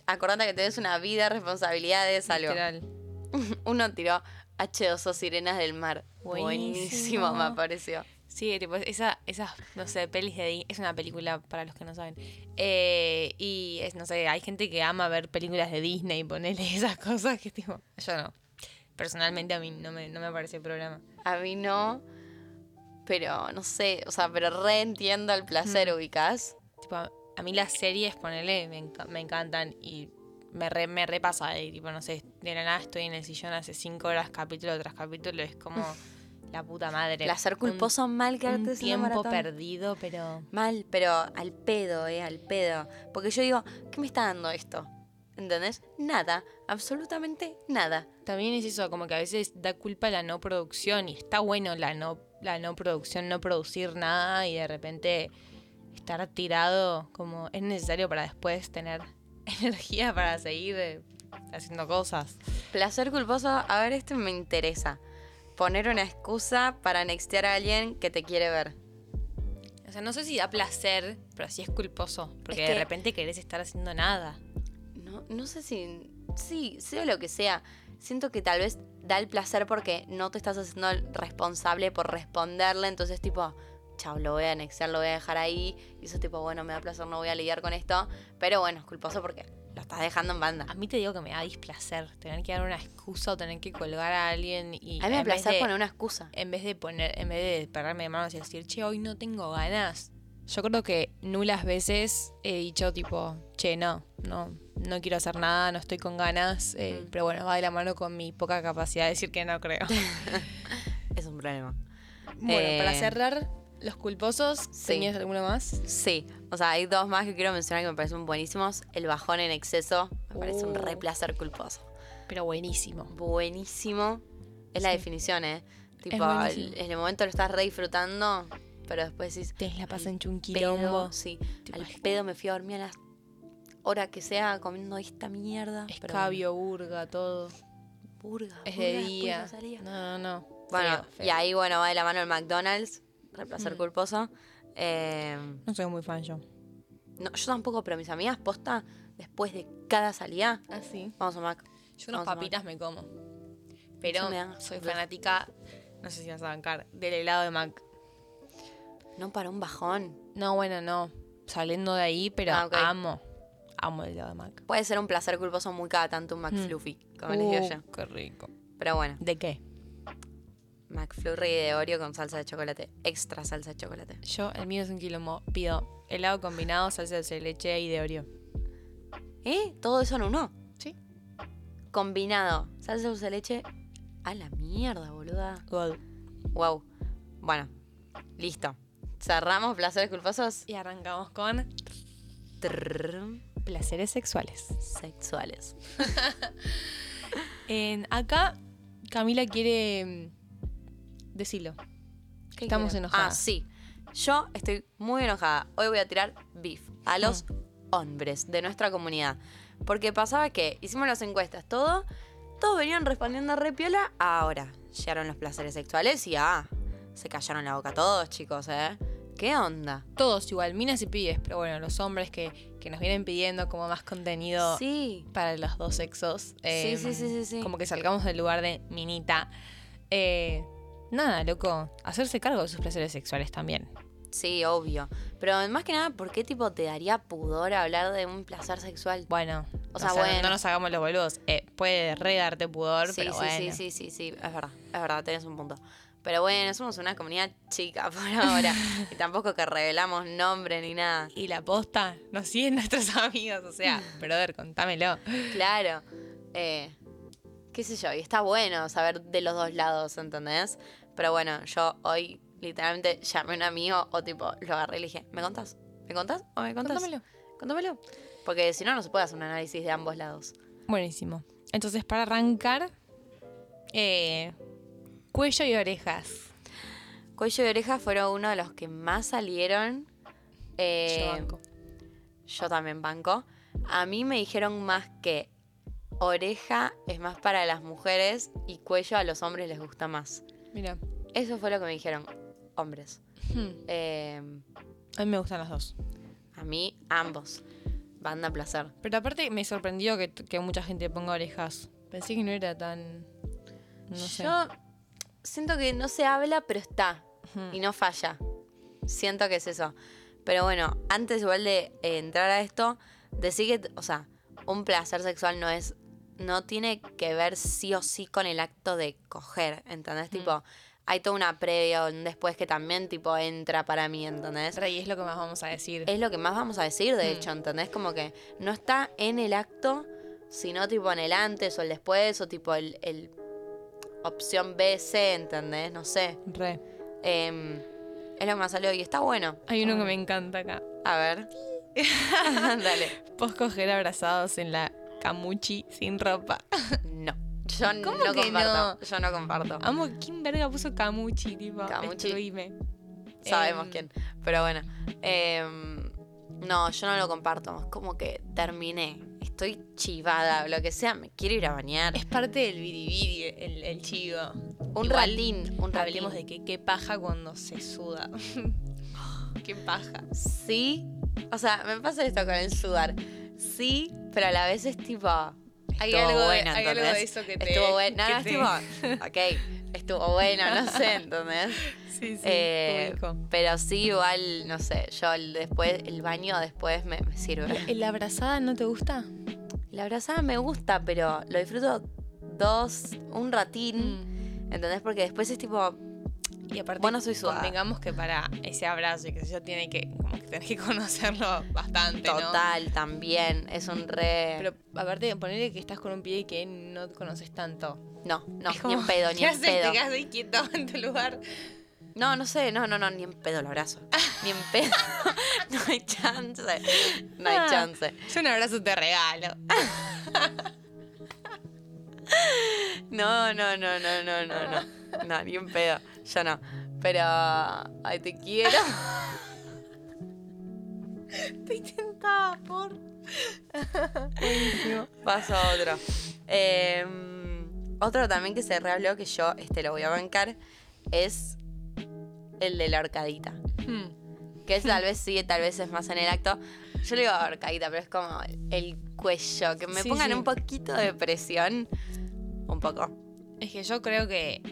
Speaker 1: acordate que tenés una vida, responsabilidades, algo.
Speaker 2: Literal.
Speaker 1: [LAUGHS] Uno tiró H2O Sirenas del Mar. Buenísimo,
Speaker 2: Buenísimo.
Speaker 1: me pareció.
Speaker 2: Sí, tipo, esa, esas, no sé, pelis de Disney. Es una película para los que no saben. Eh, y, es, no sé, hay gente que ama ver películas de Disney, ponerle [LAUGHS] esas cosas que, tipo, yo no. Personalmente a mí no me, no me parece el programa.
Speaker 1: A mí no, pero no sé, o sea, pero reentiendo el placer, ubicás.
Speaker 2: Tipo, a, a mí las series, ponele, me, enca- me encantan y me, re, me repasa. Y, tipo, no sé, de la nada estoy en el sillón hace cinco horas, capítulo tras capítulo. Es como la puta madre.
Speaker 1: Placer
Speaker 2: Un-
Speaker 1: culposo mal que
Speaker 2: un
Speaker 1: arte es una
Speaker 2: tiempo
Speaker 1: maratón.
Speaker 2: perdido, pero...
Speaker 1: Mal, pero al pedo, eh, al pedo. Porque yo digo, ¿qué me está dando esto? ¿Entendés? Nada, absolutamente nada.
Speaker 2: También es eso, como que a veces da culpa la no producción y está bueno la no, la no producción, no producir nada y de repente estar tirado como es necesario para después tener [LAUGHS] energía para seguir eh, haciendo cosas.
Speaker 1: Placer culposo, a ver, este me interesa. Poner una excusa para anextear a alguien que te quiere ver.
Speaker 2: O sea, no sé si da placer, pero sí es culposo, porque
Speaker 1: Es
Speaker 2: de
Speaker 1: que-
Speaker 2: repente querés estar haciendo nada.
Speaker 1: No, no sé si. Sí, sea lo que sea. Siento que tal vez da el placer porque no te estás haciendo el responsable por responderle. Entonces, tipo, chao, lo voy a anexar, lo voy a dejar ahí. Y eso, tipo, bueno, me da placer, no voy a lidiar con esto. Pero bueno, es culposo porque lo estás dejando en banda.
Speaker 2: A mí te digo que me da displacer tener que dar una excusa o tener que colgar a alguien y
Speaker 1: A mí me da
Speaker 2: en vez
Speaker 1: placer
Speaker 2: de-
Speaker 1: poner una excusa.
Speaker 2: en vez de poner, en vez de pararme de manos y decir, che, hoy no tengo ganas, yo creo que nulas veces he dicho tipo, che, no, no, no quiero hacer nada, no estoy con ganas, eh,
Speaker 1: Mm.
Speaker 2: pero bueno, va de la mano con mi poca capacidad de decir que no creo.
Speaker 1: Es un problema.
Speaker 2: [LAUGHS] bueno, para
Speaker 1: Eh,
Speaker 2: cerrar, los culposos,
Speaker 1: Sí.
Speaker 2: ¿tenías alguno más?
Speaker 1: Sí, o sea, hay dos más que quiero mencionar que me parecen buenísimos. El bajón en exceso, me parece un
Speaker 2: Uh.
Speaker 1: re placer culposo.
Speaker 2: Pero buenísimo.
Speaker 1: Buenísimo. Es la
Speaker 2: Sí.
Speaker 1: definición, ¿eh? Tipo,
Speaker 2: buenísimo.
Speaker 1: en el momento lo estás re disfrutando, pero después decís,
Speaker 2: Te la pasan
Speaker 1: pedo,
Speaker 2: un quilombo.
Speaker 1: sí,
Speaker 2: Tipo,
Speaker 1: al pedo me fui a dormir a las hora que sea comiendo esta mierda. pero
Speaker 2: Escabio, burga, todo.
Speaker 1: bueno, burga,
Speaker 2: Es
Speaker 1: burga
Speaker 2: de
Speaker 1: después
Speaker 2: día.
Speaker 1: no salía.
Speaker 2: No, no, no.
Speaker 1: Bueno,
Speaker 2: Feo, feo.
Speaker 1: y ahí, bueno, va de la mano el McDonald's, re placer
Speaker 2: Mm.
Speaker 1: culposo. Eh,
Speaker 2: No soy muy fan yo.
Speaker 1: no, yo tampoco, pero mis amigas, posta, después de cada salida,
Speaker 2: Ah, sí.
Speaker 1: vamos a Mac.
Speaker 2: Yo unas
Speaker 1: Vamos a
Speaker 2: papitas me como. Pero
Speaker 1: Yo me dan-
Speaker 2: soy fanática, no sé si vas a bancar, del helado de Mac.
Speaker 1: No para un bajón.
Speaker 2: No, bueno, no. Saliendo de ahí, pero
Speaker 1: Ah, ok.
Speaker 2: amo. Amo el helado de Mac.
Speaker 1: Puede ser un placer culposo muy cada tanto un McFluffy, como les digo
Speaker 2: Mm. Uh,
Speaker 1: yo.
Speaker 2: Qué rico.
Speaker 1: Pero bueno.
Speaker 2: ¿De qué?
Speaker 1: McFlurry de Oreo con salsa de chocolate. Extra salsa de chocolate.
Speaker 2: Yo, el mío es un quilombo. Pido helado combinado, salsa de leche y de Oreo.
Speaker 1: ¿Eh? Todo eso en uno.
Speaker 2: Sí.
Speaker 1: Combinado. Salsa dulce de leche. A la mierda, boluda.
Speaker 2: God.
Speaker 1: Wow. Bueno. Listo. Cerramos placeres culposos
Speaker 2: Y arrancamos con
Speaker 1: Trrr.
Speaker 2: placeres sexuales.
Speaker 1: sexuales.
Speaker 2: En- acá, Camila quiere mm, decirlo. Estamos
Speaker 1: quieren?
Speaker 2: enojadas.
Speaker 1: Ah, sí. Yo estoy muy enojada. Hoy voy a tirar beef a los
Speaker 2: Mm.
Speaker 1: hombres de nuestra comunidad. Porque pasaba que hicimos las encuestas, todo. Todos venían respondiendo re piola. Ahora llegaron los placeres sexuales y ah, se callaron la boca todos, chicos, ¿eh? ¿Qué onda?
Speaker 2: Todos igual, minas y pibes, pero bueno, los hombres que, que nos vienen pidiendo como más contenido
Speaker 1: Sí.
Speaker 2: para los dos sexos.
Speaker 1: Sí,
Speaker 2: em,
Speaker 1: sí, sí, sí, sí.
Speaker 2: Como que salgamos del lugar de minita. Eh, nada, loco. Hacerse cargo de sus placeres sexuales también.
Speaker 1: Sí, obvio. Pero más que nada, ¿por qué tipo te daría pudor hablar de un placer sexual?
Speaker 2: Bueno,
Speaker 1: O sea, bueno.
Speaker 2: no nos hagamos los boludos. Eh, puede re darte pudor,
Speaker 1: Sí,
Speaker 2: pero
Speaker 1: sí,
Speaker 2: bueno.
Speaker 1: sí, sí, sí, sí, es verdad, es verdad, tenés un punto. Pero bueno, somos una comunidad chica [LAUGHS] por ahora y tampoco que revelamos nombre ni nada.
Speaker 2: Y la posta nos siguen [LAUGHS] nuestros amigos,
Speaker 1: [LAUGHS]
Speaker 2: o sea, brother, contámelo.
Speaker 1: Claro, eh, qué sé yo, y está bueno saber de los dos lados, ¿entendés? Pero bueno, yo hoy literalmente llamé a un amigo o tipo lo agarré y le dije, ¿me contás? ¿Me contás o me contás?
Speaker 2: Contámelo.
Speaker 1: Contámelo. Porque si no, no se puede hacer un análisis de ambos lados.
Speaker 2: Buenísimo. Entonces, para arrancar, eh, cuello y orejas.
Speaker 1: Cuello y oreja fueron uno de los que más salieron. Eh,
Speaker 2: Yo banco.
Speaker 1: Yo también banco. A mí me dijeron más que oreja es más para las mujeres y cuello a los hombres les gusta más.
Speaker 2: Mira.
Speaker 1: Eso fue lo que me dijeron hombres.
Speaker 3: Hmm.
Speaker 1: Eh,
Speaker 3: A mí me gustan las dos.
Speaker 1: a mí, ambos. Banda placer.
Speaker 2: Pero aparte me sorprendió que, que mucha gente ponga orejas. Pensé que no era tan. No sé.
Speaker 1: Yo siento que no se habla, pero está.
Speaker 2: Ujú.
Speaker 1: Y no falla. Siento que es eso. Pero bueno, antes igual de eh, entrar a esto, decir que, t- o sea, un placer sexual no es. No tiene que ver sí o sí con el acto de coger, ¿entendés? Tipo, hay toda una previa o un después que también, tipo, entra para mí, ¿entendés?
Speaker 2: Rey, es lo que más vamos a decir.
Speaker 1: Es lo que más vamos a decir, de hecho, ¿entendés? Como que no está en el acto, sino tipo en el antes o el después, o tipo el, el opción B, C, ¿entendés? No sé.
Speaker 2: Re.
Speaker 1: Em, es lo que más salió y está bueno.
Speaker 2: Hay uno que me encanta acá.
Speaker 1: A [LAUGHS] ver. Dale.
Speaker 2: Vos coger abrazados en la camuchi sin ropa.
Speaker 1: No. Yo no
Speaker 2: ¿Cómo que
Speaker 1: comparto.
Speaker 2: no?
Speaker 1: Yo no comparto.
Speaker 2: Amo, ¿quién verga puso camuchi, tipo?
Speaker 1: Camuchi.
Speaker 2: Destruime.
Speaker 1: Sabemos
Speaker 2: Em,
Speaker 1: quién. Pero bueno. Em, no, yo no lo comparto. Es como que terminé. Estoy chivada, lo que sea. Me quiero ir a bañar.
Speaker 2: Es parte del biribiri, el, el chivo.
Speaker 1: Un
Speaker 2: Igual,
Speaker 1: ratín. Un ratín.
Speaker 2: Hablemos de que qué paja cuando se suda. [LAUGHS] qué paja.
Speaker 1: sí. O sea, me pasa esto con el sudar. Sí, pero a la vez es tipo.
Speaker 2: Hay
Speaker 1: estuvo
Speaker 2: algo de-
Speaker 1: bueno,
Speaker 2: hay algo de
Speaker 1: ¿entendés?
Speaker 2: eso que te-
Speaker 1: Estuvo bueno. No,
Speaker 2: que
Speaker 1: no, es
Speaker 2: te-
Speaker 1: tipo. Ok, estuvo bueno, no sé, ¿entendés?
Speaker 2: [LAUGHS] Sí, sí.
Speaker 1: Eh,
Speaker 2: ubico.
Speaker 1: pero sí, igual, no sé, yo el, después, el baño después me, me sirve.
Speaker 2: ¿El abrazada no te gusta?
Speaker 1: La abrazada me gusta, pero lo disfruto dos, un ratín,
Speaker 2: Mm.
Speaker 1: ¿entendés? Porque después es tipo,
Speaker 2: Y aparte,
Speaker 1: Vos no sois sudada.
Speaker 2: Digamos que para ese abrazo y que yo tiene que, como que tenés que [LAUGHS] conocerlo bastante, ¿no?
Speaker 1: total, también, es un re...
Speaker 2: Pero aparte de ponerle que estás con un pie que no conoces tanto.
Speaker 1: no, no,
Speaker 2: Es
Speaker 1: ni en
Speaker 2: como, [LAUGHS]
Speaker 1: pedo, ni
Speaker 2: ¿Qué
Speaker 1: en
Speaker 2: haces?
Speaker 1: pedo.
Speaker 2: Te quedas ahí quieto [LAUGHS] en tu lugar.
Speaker 1: No, no sé, no, no, no, ni en pedo lo abrazo. Ni en pedo. [LAUGHS] no hay chance, no
Speaker 2: Ah.
Speaker 1: hay chance.
Speaker 2: Yo un abrazo te regalo. [LAUGHS]
Speaker 1: No, no, no, no, no, no, no. No, ni un pedo. Yo no. Pero. Ay, te
Speaker 2: [LAUGHS]
Speaker 1: quiero.
Speaker 2: Estoy tentada por.
Speaker 1: Paso a otro. Eh, otro también que se rehabló que yo este lo voy a bancar es el de la horcadita. Hmm. Que es,
Speaker 2: [LAUGHS]
Speaker 1: tal vez sí, tal vez es más en el acto. Yo le digo horcadita, pero es como el cuello. Que me
Speaker 2: Sí,
Speaker 1: pongan
Speaker 2: sí.
Speaker 1: un poquito de presión. Un poco.
Speaker 2: Es que yo creo que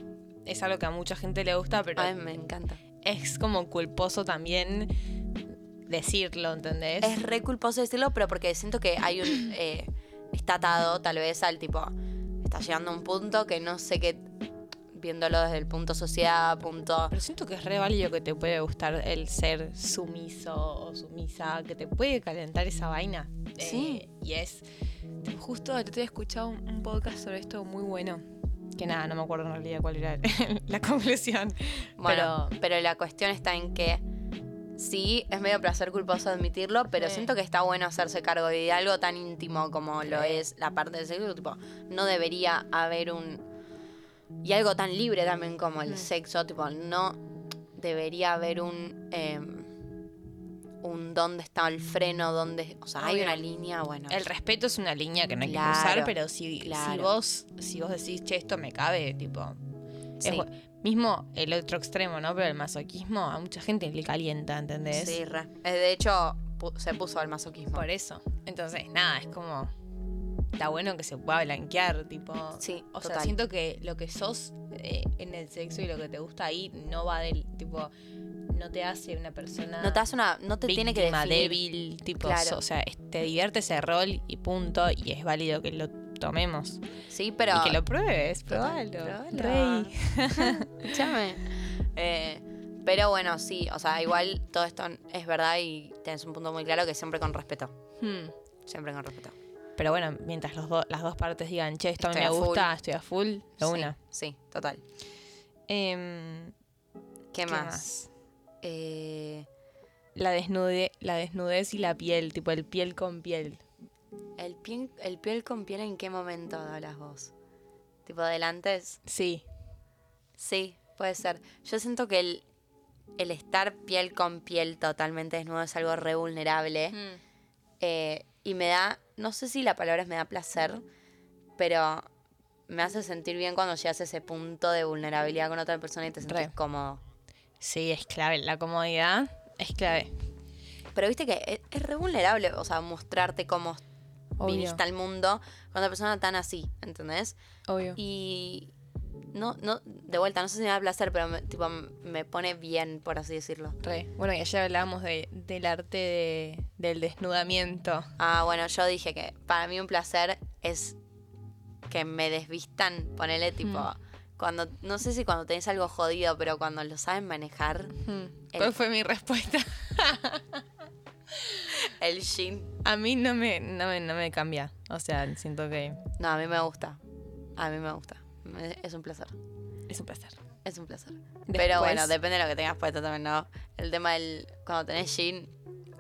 Speaker 2: es algo que a mucha gente le gusta, pero
Speaker 1: Ay, me encanta.
Speaker 2: es como culposo también decirlo, ¿entendés?
Speaker 1: Es re culposo decirlo, pero porque siento que hay un. eh, está atado tal vez al tipo. Está llegando a un punto que no sé qué. Viéndolo desde el punto sociedad, punto.
Speaker 2: Pero siento que es re válido que te puede gustar el ser sumiso o sumisa, que te puede calentar esa vaina. Eh,
Speaker 1: Sí.
Speaker 2: y es. tipo, Justo el otro día he escuchado un, un podcast sobre esto muy bueno. Que nada, no me acuerdo en realidad cuál era [LAUGHS] la conclusión.
Speaker 1: Bueno,
Speaker 2: pero
Speaker 1: pero, la cuestión está en que. Sí, es medio placer culposo admitirlo, pero
Speaker 2: Sí.
Speaker 1: siento que está bueno hacerse cargo de algo tan íntimo como lo
Speaker 2: Sí.
Speaker 1: es la parte del sexo. Tipo, no debería haber un. Y algo tan libre también como el
Speaker 2: Mm.
Speaker 1: sexo, tipo, no debería haber un. em, un dónde está el freno, dónde. O sea, hay
Speaker 2: Obvio.
Speaker 1: una línea, bueno.
Speaker 2: el respeto es una línea que no hay
Speaker 1: Claro,
Speaker 2: que cruzar, pero si, si
Speaker 1: claro.
Speaker 2: vos si vos decís, che, esto me cabe, tipo. es
Speaker 1: Sí.
Speaker 2: bu- mismo el otro extremo, ¿no? Pero el masoquismo a mucha gente le calienta, ¿entendés?
Speaker 1: Sí, re. Eh, De hecho, pu- se puso el masoquismo.
Speaker 2: Por eso. Entonces, nada, es como. Está bueno que se pueda blanquear, tipo.
Speaker 1: Sí,
Speaker 2: O sea,
Speaker 1: total.
Speaker 2: siento que lo que sos eh, en el sexo y lo que te gusta ahí no va del. Tipo, no te hace una persona.
Speaker 1: no te hace una. No te tiene que
Speaker 2: víctima,
Speaker 1: definir.
Speaker 2: débil, tipo.
Speaker 1: Claro.
Speaker 2: so- o sea, es- te divierte ese rol y punto, y es válido que lo tomemos.
Speaker 1: Sí, pero.
Speaker 2: y que lo pruebes,
Speaker 1: Total,
Speaker 2: probalo.
Speaker 1: probalo.
Speaker 2: Rey.
Speaker 1: [LAUGHS] Escúchame. Eh, pero bueno, sí, o sea, igual todo esto es verdad y tenés un punto muy claro que siempre con respeto.
Speaker 2: Hmm.
Speaker 1: Siempre con respeto.
Speaker 2: Pero bueno, mientras los do- las dos partes digan, che, esto a mí
Speaker 1: Estoy
Speaker 2: me
Speaker 1: a full.
Speaker 2: gusta, estoy a full, de
Speaker 1: Sí,
Speaker 2: una.
Speaker 1: Sí, total.
Speaker 2: Em,
Speaker 1: ¿Qué,
Speaker 2: ¿Qué
Speaker 1: más?
Speaker 2: más?
Speaker 1: Eh,
Speaker 2: La, desnude, la desnudez y la piel, tipo el piel con piel.
Speaker 1: el, pie, ¿El piel con piel en qué momento hablas vos? ¿Tipo delante? es-
Speaker 2: Sí.
Speaker 1: Sí, puede ser. Yo siento que el, el estar piel con piel totalmente desnudo es algo re vulnerable.
Speaker 2: Mm.
Speaker 1: Eh, y me da, no sé si la palabra es me da placer, pero me hace sentir bien cuando llegas a ese punto de vulnerabilidad con otra persona y te sentís
Speaker 2: Re.
Speaker 1: cómodo.
Speaker 2: Sí, es clave. La comodidad es clave.
Speaker 1: Pero viste que es, es re vulnerable, o sea, mostrarte cómo
Speaker 4: Obvio.
Speaker 1: viniste al mundo con una persona tan así, ¿entendés?
Speaker 4: Obvio.
Speaker 1: Y no, no, de vuelta, no sé si me da placer, pero me, tipo, me pone bien, por así decirlo.
Speaker 4: Re.
Speaker 2: Bueno, y ayer hablábamos de- del arte de- del desnudamiento.
Speaker 1: Ah, bueno, yo dije que para mí un placer es que me desvistan, ponele tipo, cuando, no sé si cuando tenés algo jodido, pero cuando lo saben manejar,
Speaker 2: ¿Cuál fue mi respuesta? [LAUGHS]
Speaker 1: el jean,
Speaker 2: A mí no me, no me, no me cambia. O sea, siento que
Speaker 1: no, a mí me gusta, a mí me gusta, Me- es un placer,
Speaker 2: es un placer.
Speaker 1: es un placer. pero
Speaker 2: Después-
Speaker 1: bueno, depende de lo que tengas puesto también, ¿no? El tema del, cuando tenés jean,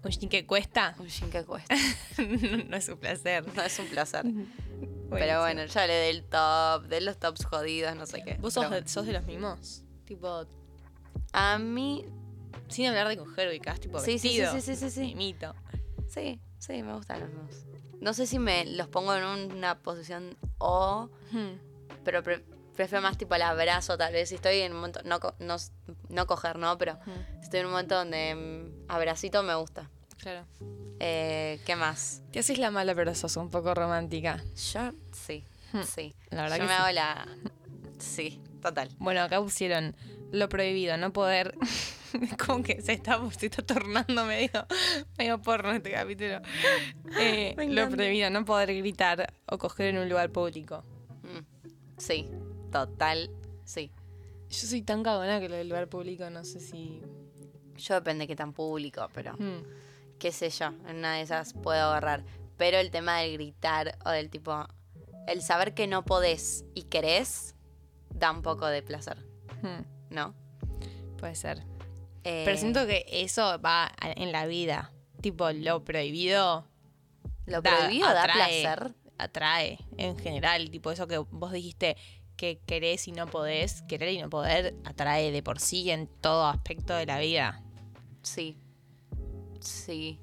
Speaker 2: Un jean que cuesta
Speaker 1: un jean que cuesta,
Speaker 2: [LAUGHS]
Speaker 1: [LAUGHS]
Speaker 2: no es un placer.
Speaker 1: no es un placer.
Speaker 2: Buenísimo.
Speaker 1: Pero bueno, yo le del top, de los tops jodidos, no sé qué.
Speaker 2: ¿Vos sos
Speaker 1: Pero
Speaker 2: de,
Speaker 1: bueno.
Speaker 2: sos de los mismos? Tipo,
Speaker 1: A mí,
Speaker 2: sin hablar de coger ubicás, tipo
Speaker 1: sí, sí, sí,
Speaker 2: vestido.
Speaker 1: sí, sí, sí, sí.
Speaker 2: Mimito.
Speaker 1: Sí, sí, me gustan los dos. No sé si me los pongo en una posición O,
Speaker 2: Hmm.
Speaker 1: pero pre- prefiero más tipo el abrazo, tal vez. Si estoy en un momento, no, co- no, s- no coger, ¿no? Pero si estoy en un momento donde mm, abracito me gusta.
Speaker 2: Claro.
Speaker 1: Eh, ¿Qué más?
Speaker 2: Te haces la mala, pero sos un poco romántica.
Speaker 1: Yo, sí, sí.
Speaker 2: hmm, La verdad
Speaker 1: Yo
Speaker 2: que
Speaker 1: me
Speaker 2: sí.
Speaker 1: hago
Speaker 2: [LAUGHS]
Speaker 1: la... Sí, total.
Speaker 2: Bueno, acá pusieron lo prohibido, no poder. [LAUGHS] Como que se está, se está tornando medio, medio porno este capítulo. Eh,
Speaker 1: Me
Speaker 2: lo
Speaker 1: encanta.
Speaker 2: prohibido, no poder gritar o coger en un lugar público. Hmm.
Speaker 1: Mm, Sí, total, sí.
Speaker 2: Yo soy tan cagona que lo del lugar público no sé si.
Speaker 1: Yo depende que tan público, pero...
Speaker 2: Hmm,
Speaker 1: qué sé yo, en una de esas puedo agarrar. Pero el tema del gritar o del tipo, el saber que no podés y querés, da un poco de placer, ¿no?
Speaker 2: hmm, Puede ser.
Speaker 1: Eh,
Speaker 2: Pero siento que eso va a- en la vida. Tipo, lo prohibido
Speaker 1: lo
Speaker 2: da-
Speaker 1: prohibido da,
Speaker 2: atrae.
Speaker 1: placer.
Speaker 2: atrae en general. Tipo, eso que vos dijiste que querés y no podés, querer y no poder atrae de por sí en todo aspecto de la vida.
Speaker 1: Sí. Sí.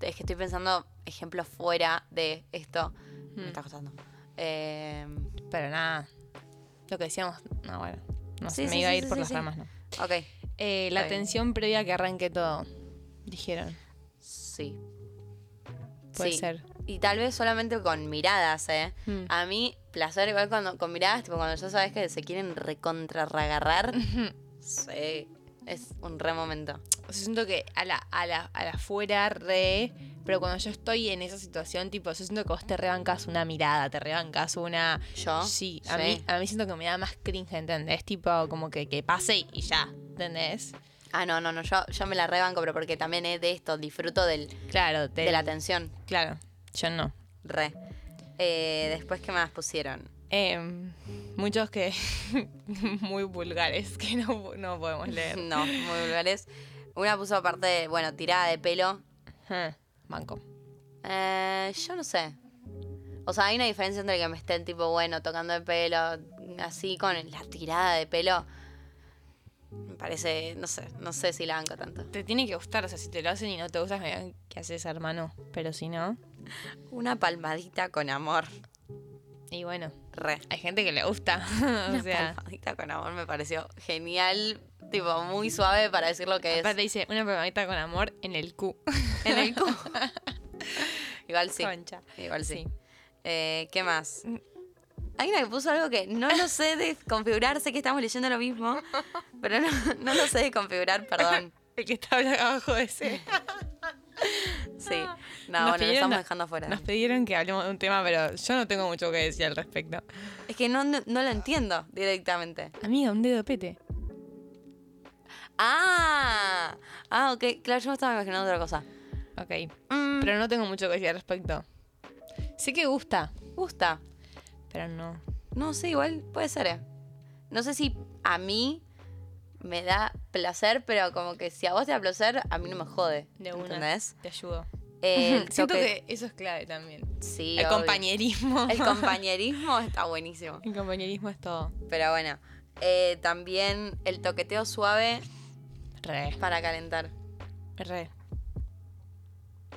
Speaker 1: Es que estoy pensando ejemplos fuera de esto.
Speaker 2: Hmm.
Speaker 1: Me está costando. Eh,
Speaker 2: Pero nada, lo que decíamos, no, bueno, no
Speaker 1: Sí,
Speaker 2: sé,
Speaker 1: sí,
Speaker 2: me iba a
Speaker 1: sí,
Speaker 2: ir
Speaker 1: sí,
Speaker 2: por
Speaker 1: sí,
Speaker 2: las
Speaker 1: sí.
Speaker 2: ramas, ¿no?
Speaker 1: ok.
Speaker 2: Eh, la
Speaker 1: Está bien.
Speaker 2: atención previa que arranque todo, dijeron.
Speaker 1: Sí.
Speaker 2: Puede
Speaker 1: Sí.
Speaker 2: ser.
Speaker 1: Y tal vez solamente con miradas, ¿eh?
Speaker 2: Mm.
Speaker 1: A mí, placer igual cuando con miradas, tipo cuando ya sabes que se quieren
Speaker 2: [LAUGHS]
Speaker 1: recontrarragarrar.
Speaker 2: Hmm.
Speaker 1: sí. Es un re momento.
Speaker 2: O sea, siento que a la, a la, a la fuera re, pero cuando yo estoy en esa situación, tipo, yo siento que vos te rebancas una mirada, te rebancas una...
Speaker 1: ¿Yo?
Speaker 2: Sí, a, Mí, a mí siento que me da más cringe, ¿entendés? Tipo, como que, que pase y- y ya, ¿entendés?
Speaker 1: Ah, no, no, no. Yo, yo me la rebanco, pero porque también es de esto. Disfruto del,
Speaker 2: Claro, te,
Speaker 1: de la atención.
Speaker 2: claro, yo no.
Speaker 1: Re. Eh, después, ¿qué más pusieron?
Speaker 2: Em, muchos que [LAUGHS] muy vulgares que no, no podemos [LAUGHS] leer.
Speaker 1: No, muy vulgares. Una puso aparte, de, bueno, tirada de pelo.
Speaker 2: Huh, Ah, Banco.
Speaker 1: Eh, yo no sé. O sea, hay una diferencia entre que me estén tipo, bueno, tocando el pelo, así con la tirada de pelo. Me parece, no sé, no sé si la banco tanto.
Speaker 2: Te tiene que gustar, o sea, si te lo hacen y no te gustas, me ¿qué haces, hermano? Pero si no,
Speaker 1: Una palmadita con amor.
Speaker 2: y bueno,
Speaker 1: Re.
Speaker 2: hay gente que le gusta. [LAUGHS] o
Speaker 1: Una
Speaker 2: sea,
Speaker 1: palmadita con amor me pareció genial, tipo muy suave para decir lo que es.
Speaker 2: aparte dice, una palmadita con amor en el [LAUGHS] Q.
Speaker 1: En el cu. [LAUGHS] Igual sí.
Speaker 2: Concha.
Speaker 1: Igual sí.
Speaker 2: Sí.
Speaker 1: Eh, ¿Qué más?
Speaker 2: Mm.
Speaker 1: Hay una que puso algo que no lo sé desconfigurar, sé que estamos leyendo lo
Speaker 2: [LAUGHS]
Speaker 1: mismo, pero no, no lo sé desconfigurar, perdón.
Speaker 2: El que está abajo de ese.
Speaker 1: Sí. No,
Speaker 2: Nos
Speaker 1: bueno, lo
Speaker 2: pidieron
Speaker 1: estamos
Speaker 2: la-
Speaker 1: dejando afuera.
Speaker 2: Nos pidieron que hablemos de un tema, pero yo no tengo mucho que decir al respecto.
Speaker 1: Es que no, no, no lo entiendo directamente.
Speaker 2: Amiga, un dedo pete.
Speaker 1: Ah, ah, ok. Claro, yo me estaba imaginando otra cosa.
Speaker 2: Ok,
Speaker 1: Mm,
Speaker 2: pero no tengo mucho que decir al respecto. Sé que gusta,
Speaker 1: gusta.
Speaker 2: pero no.
Speaker 1: No sé, igual puede ser. eh. No sé si a mí me da placer, pero como que si a vos te da placer, a mí no me jode.
Speaker 2: De una. [LAUGHS]
Speaker 1: ¿Entendés?
Speaker 2: Te ayudo.
Speaker 1: [LAUGHS] Eh, el
Speaker 2: Siento
Speaker 1: toque-
Speaker 2: que eso es clave también.
Speaker 1: Sí,
Speaker 2: el
Speaker 1: obvio.
Speaker 2: compañerismo.
Speaker 1: El compañerismo está buenísimo.
Speaker 2: [LAUGHS] El compañerismo es todo.
Speaker 1: Pero bueno, eh, también el toqueteo suave
Speaker 2: Re,
Speaker 1: para calentar.
Speaker 2: re.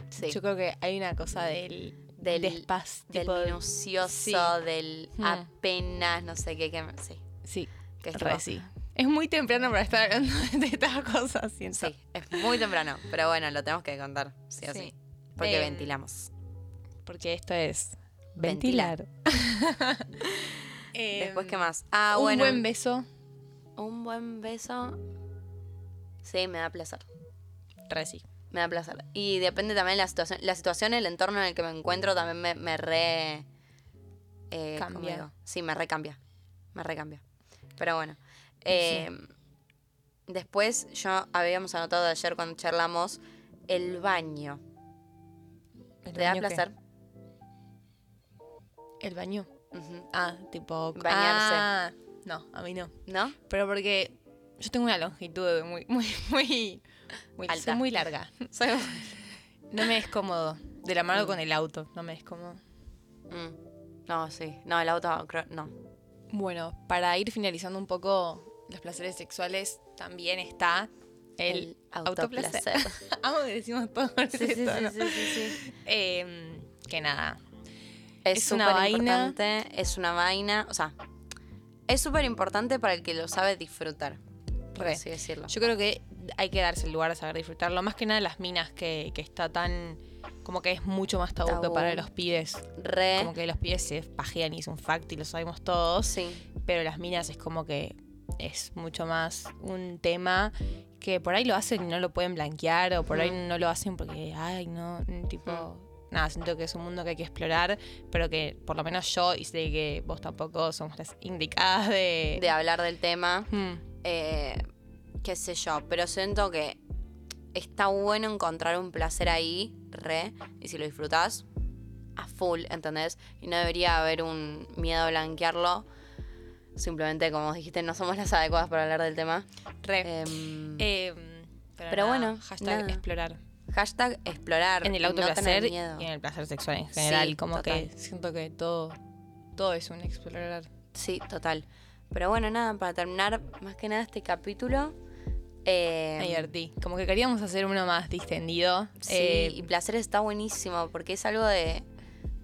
Speaker 1: Sí.
Speaker 2: Yo creo que hay una cosa del.
Speaker 1: Del-
Speaker 2: despas-
Speaker 1: del
Speaker 2: tipo-
Speaker 1: minucioso,
Speaker 2: sí.
Speaker 1: del
Speaker 2: Mm.
Speaker 1: apenas, no sé qué, que me- sí.
Speaker 2: Sí,
Speaker 1: Que es
Speaker 2: re,
Speaker 1: tipo,
Speaker 2: sí. Es muy temprano para estar hablando [LAUGHS] de estas cosas, siento.
Speaker 1: Sí, es muy temprano, pero bueno, lo tenemos que contar, sí o sí.
Speaker 2: Sí.
Speaker 1: Porque
Speaker 2: Eh,
Speaker 1: ventilamos.
Speaker 2: Porque esto es
Speaker 1: Ventilar.
Speaker 2: [LAUGHS] ventilar. Em,
Speaker 1: Después, ¿qué más? Ah,
Speaker 2: un
Speaker 1: bueno.
Speaker 2: buen beso.
Speaker 1: un buen beso. Sí, me da placer.
Speaker 2: Re sí.
Speaker 1: Me da placer. Y depende también de la situación. La situación, el entorno en el que me encuentro también me, me re. eh, ¿cómo
Speaker 2: Cambia.
Speaker 1: digo? Sí, me recambia. Me recambia. Pero bueno. Eh, Después, yo habíamos anotado ayer cuando charlamos el baño.
Speaker 2: ¿El
Speaker 1: ¿Te da
Speaker 2: baño qué?
Speaker 1: placer?
Speaker 2: El baño.
Speaker 1: Ujú.
Speaker 2: Ah, tipo.
Speaker 1: Bañarse.
Speaker 2: ah, no, a mí no.
Speaker 1: ¿No?
Speaker 2: Pero porque yo tengo una longitud muy, muy, muy, muy
Speaker 1: Alta.
Speaker 2: soy muy larga.
Speaker 1: [LAUGHS] Soy-
Speaker 2: No me es cómodo. De la mano con el auto, no me es cómodo.
Speaker 1: Mm. No, sí. No, el auto, creo- no.
Speaker 2: Bueno, para ir finalizando un poco los placeres sexuales, también está el, autoplacer. [LAUGHS]
Speaker 1: [LAUGHS]
Speaker 2: Amo que decimos todo. con
Speaker 1: Sí, sí,
Speaker 2: ese tono.
Speaker 1: sí, sí, sí, sí.
Speaker 2: Em, que nada.
Speaker 1: Es
Speaker 2: Es una
Speaker 1: súper
Speaker 2: vaina.
Speaker 1: importante, es una vaina, o sea, es súper importante para el que lo sabe disfrutar, por
Speaker 2: Re.
Speaker 1: así decirlo.
Speaker 2: Yo creo que hay que darse el lugar a saber disfrutarlo. Más que nada las minas que, que está tan. Como que es mucho más tabú, ¿Eh? que
Speaker 1: Tabú.
Speaker 2: para los pibes.
Speaker 1: Re,
Speaker 2: Como que los pibes se pajean y es un fact y lo sabemos todos.
Speaker 1: sí,
Speaker 2: Pero las minas es como que es mucho más un tema que por ahí lo hacen y no lo pueden blanquear o por ahí
Speaker 1: Ujú.
Speaker 2: no lo hacen porque, ay, no, mm, tipo. Nada, siento que es un mundo que hay que explorar, pero que por lo menos yo, y sé que vos tampoco somos las indicadas de.
Speaker 1: de hablar del tema,
Speaker 2: Mm.
Speaker 1: eh, qué sé yo, pero siento que está bueno encontrar un placer ahí, re, y si lo disfrutás, a full, ¿entendés? Y no debería haber un miedo a blanquearlo, simplemente como vos dijiste, no somos las adecuadas para hablar del tema.
Speaker 2: Re.
Speaker 1: Em,
Speaker 2: Em, pero
Speaker 1: Pero
Speaker 2: nada,
Speaker 1: bueno,
Speaker 2: hashtag
Speaker 1: nada.
Speaker 2: explorar.
Speaker 1: Hashtag explorar.
Speaker 2: En el
Speaker 1: y no
Speaker 2: autoplacer
Speaker 1: tener
Speaker 2: y
Speaker 1: miedo.
Speaker 2: en el placer sexual en general. como
Speaker 1: total.
Speaker 2: que siento que todo, todo es un explorar.
Speaker 1: Sí, total. Pero bueno, nada, para terminar más que nada este capítulo. eh,
Speaker 2: Me divertí. Como que queríamos hacer uno más distendido.
Speaker 1: sí,
Speaker 2: eh,
Speaker 1: y placer está buenísimo porque es algo de,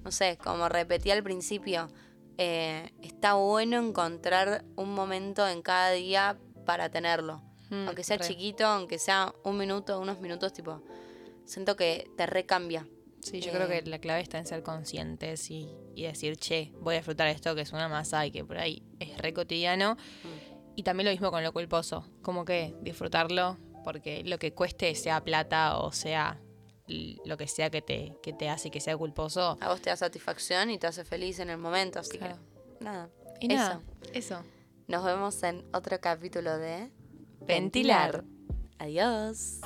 Speaker 1: no sé, como repetí al principio, eh, está bueno encontrar un momento en cada día para tenerlo.
Speaker 2: mm,
Speaker 1: aunque sea
Speaker 2: re.
Speaker 1: chiquito, aunque sea un minuto, unos minutos, tipo, siento que te recambia.
Speaker 2: Sí, yo
Speaker 1: Eh.
Speaker 2: creo que la clave está en ser conscientes y, y decir, che, voy a disfrutar esto que es una masa y que por ahí es re cotidiano. Y también lo mismo con lo culposo, como que disfrutarlo, porque lo que cueste, sea plata o sea l- lo que sea que te, que te hace que sea culposo.
Speaker 1: A vos te da satisfacción y te hace feliz en el momento, así
Speaker 2: Claro.
Speaker 1: que nada.
Speaker 2: Y nada, eso.
Speaker 1: Nos vemos en otro capítulo de
Speaker 2: Ventilar.
Speaker 1: Adiós.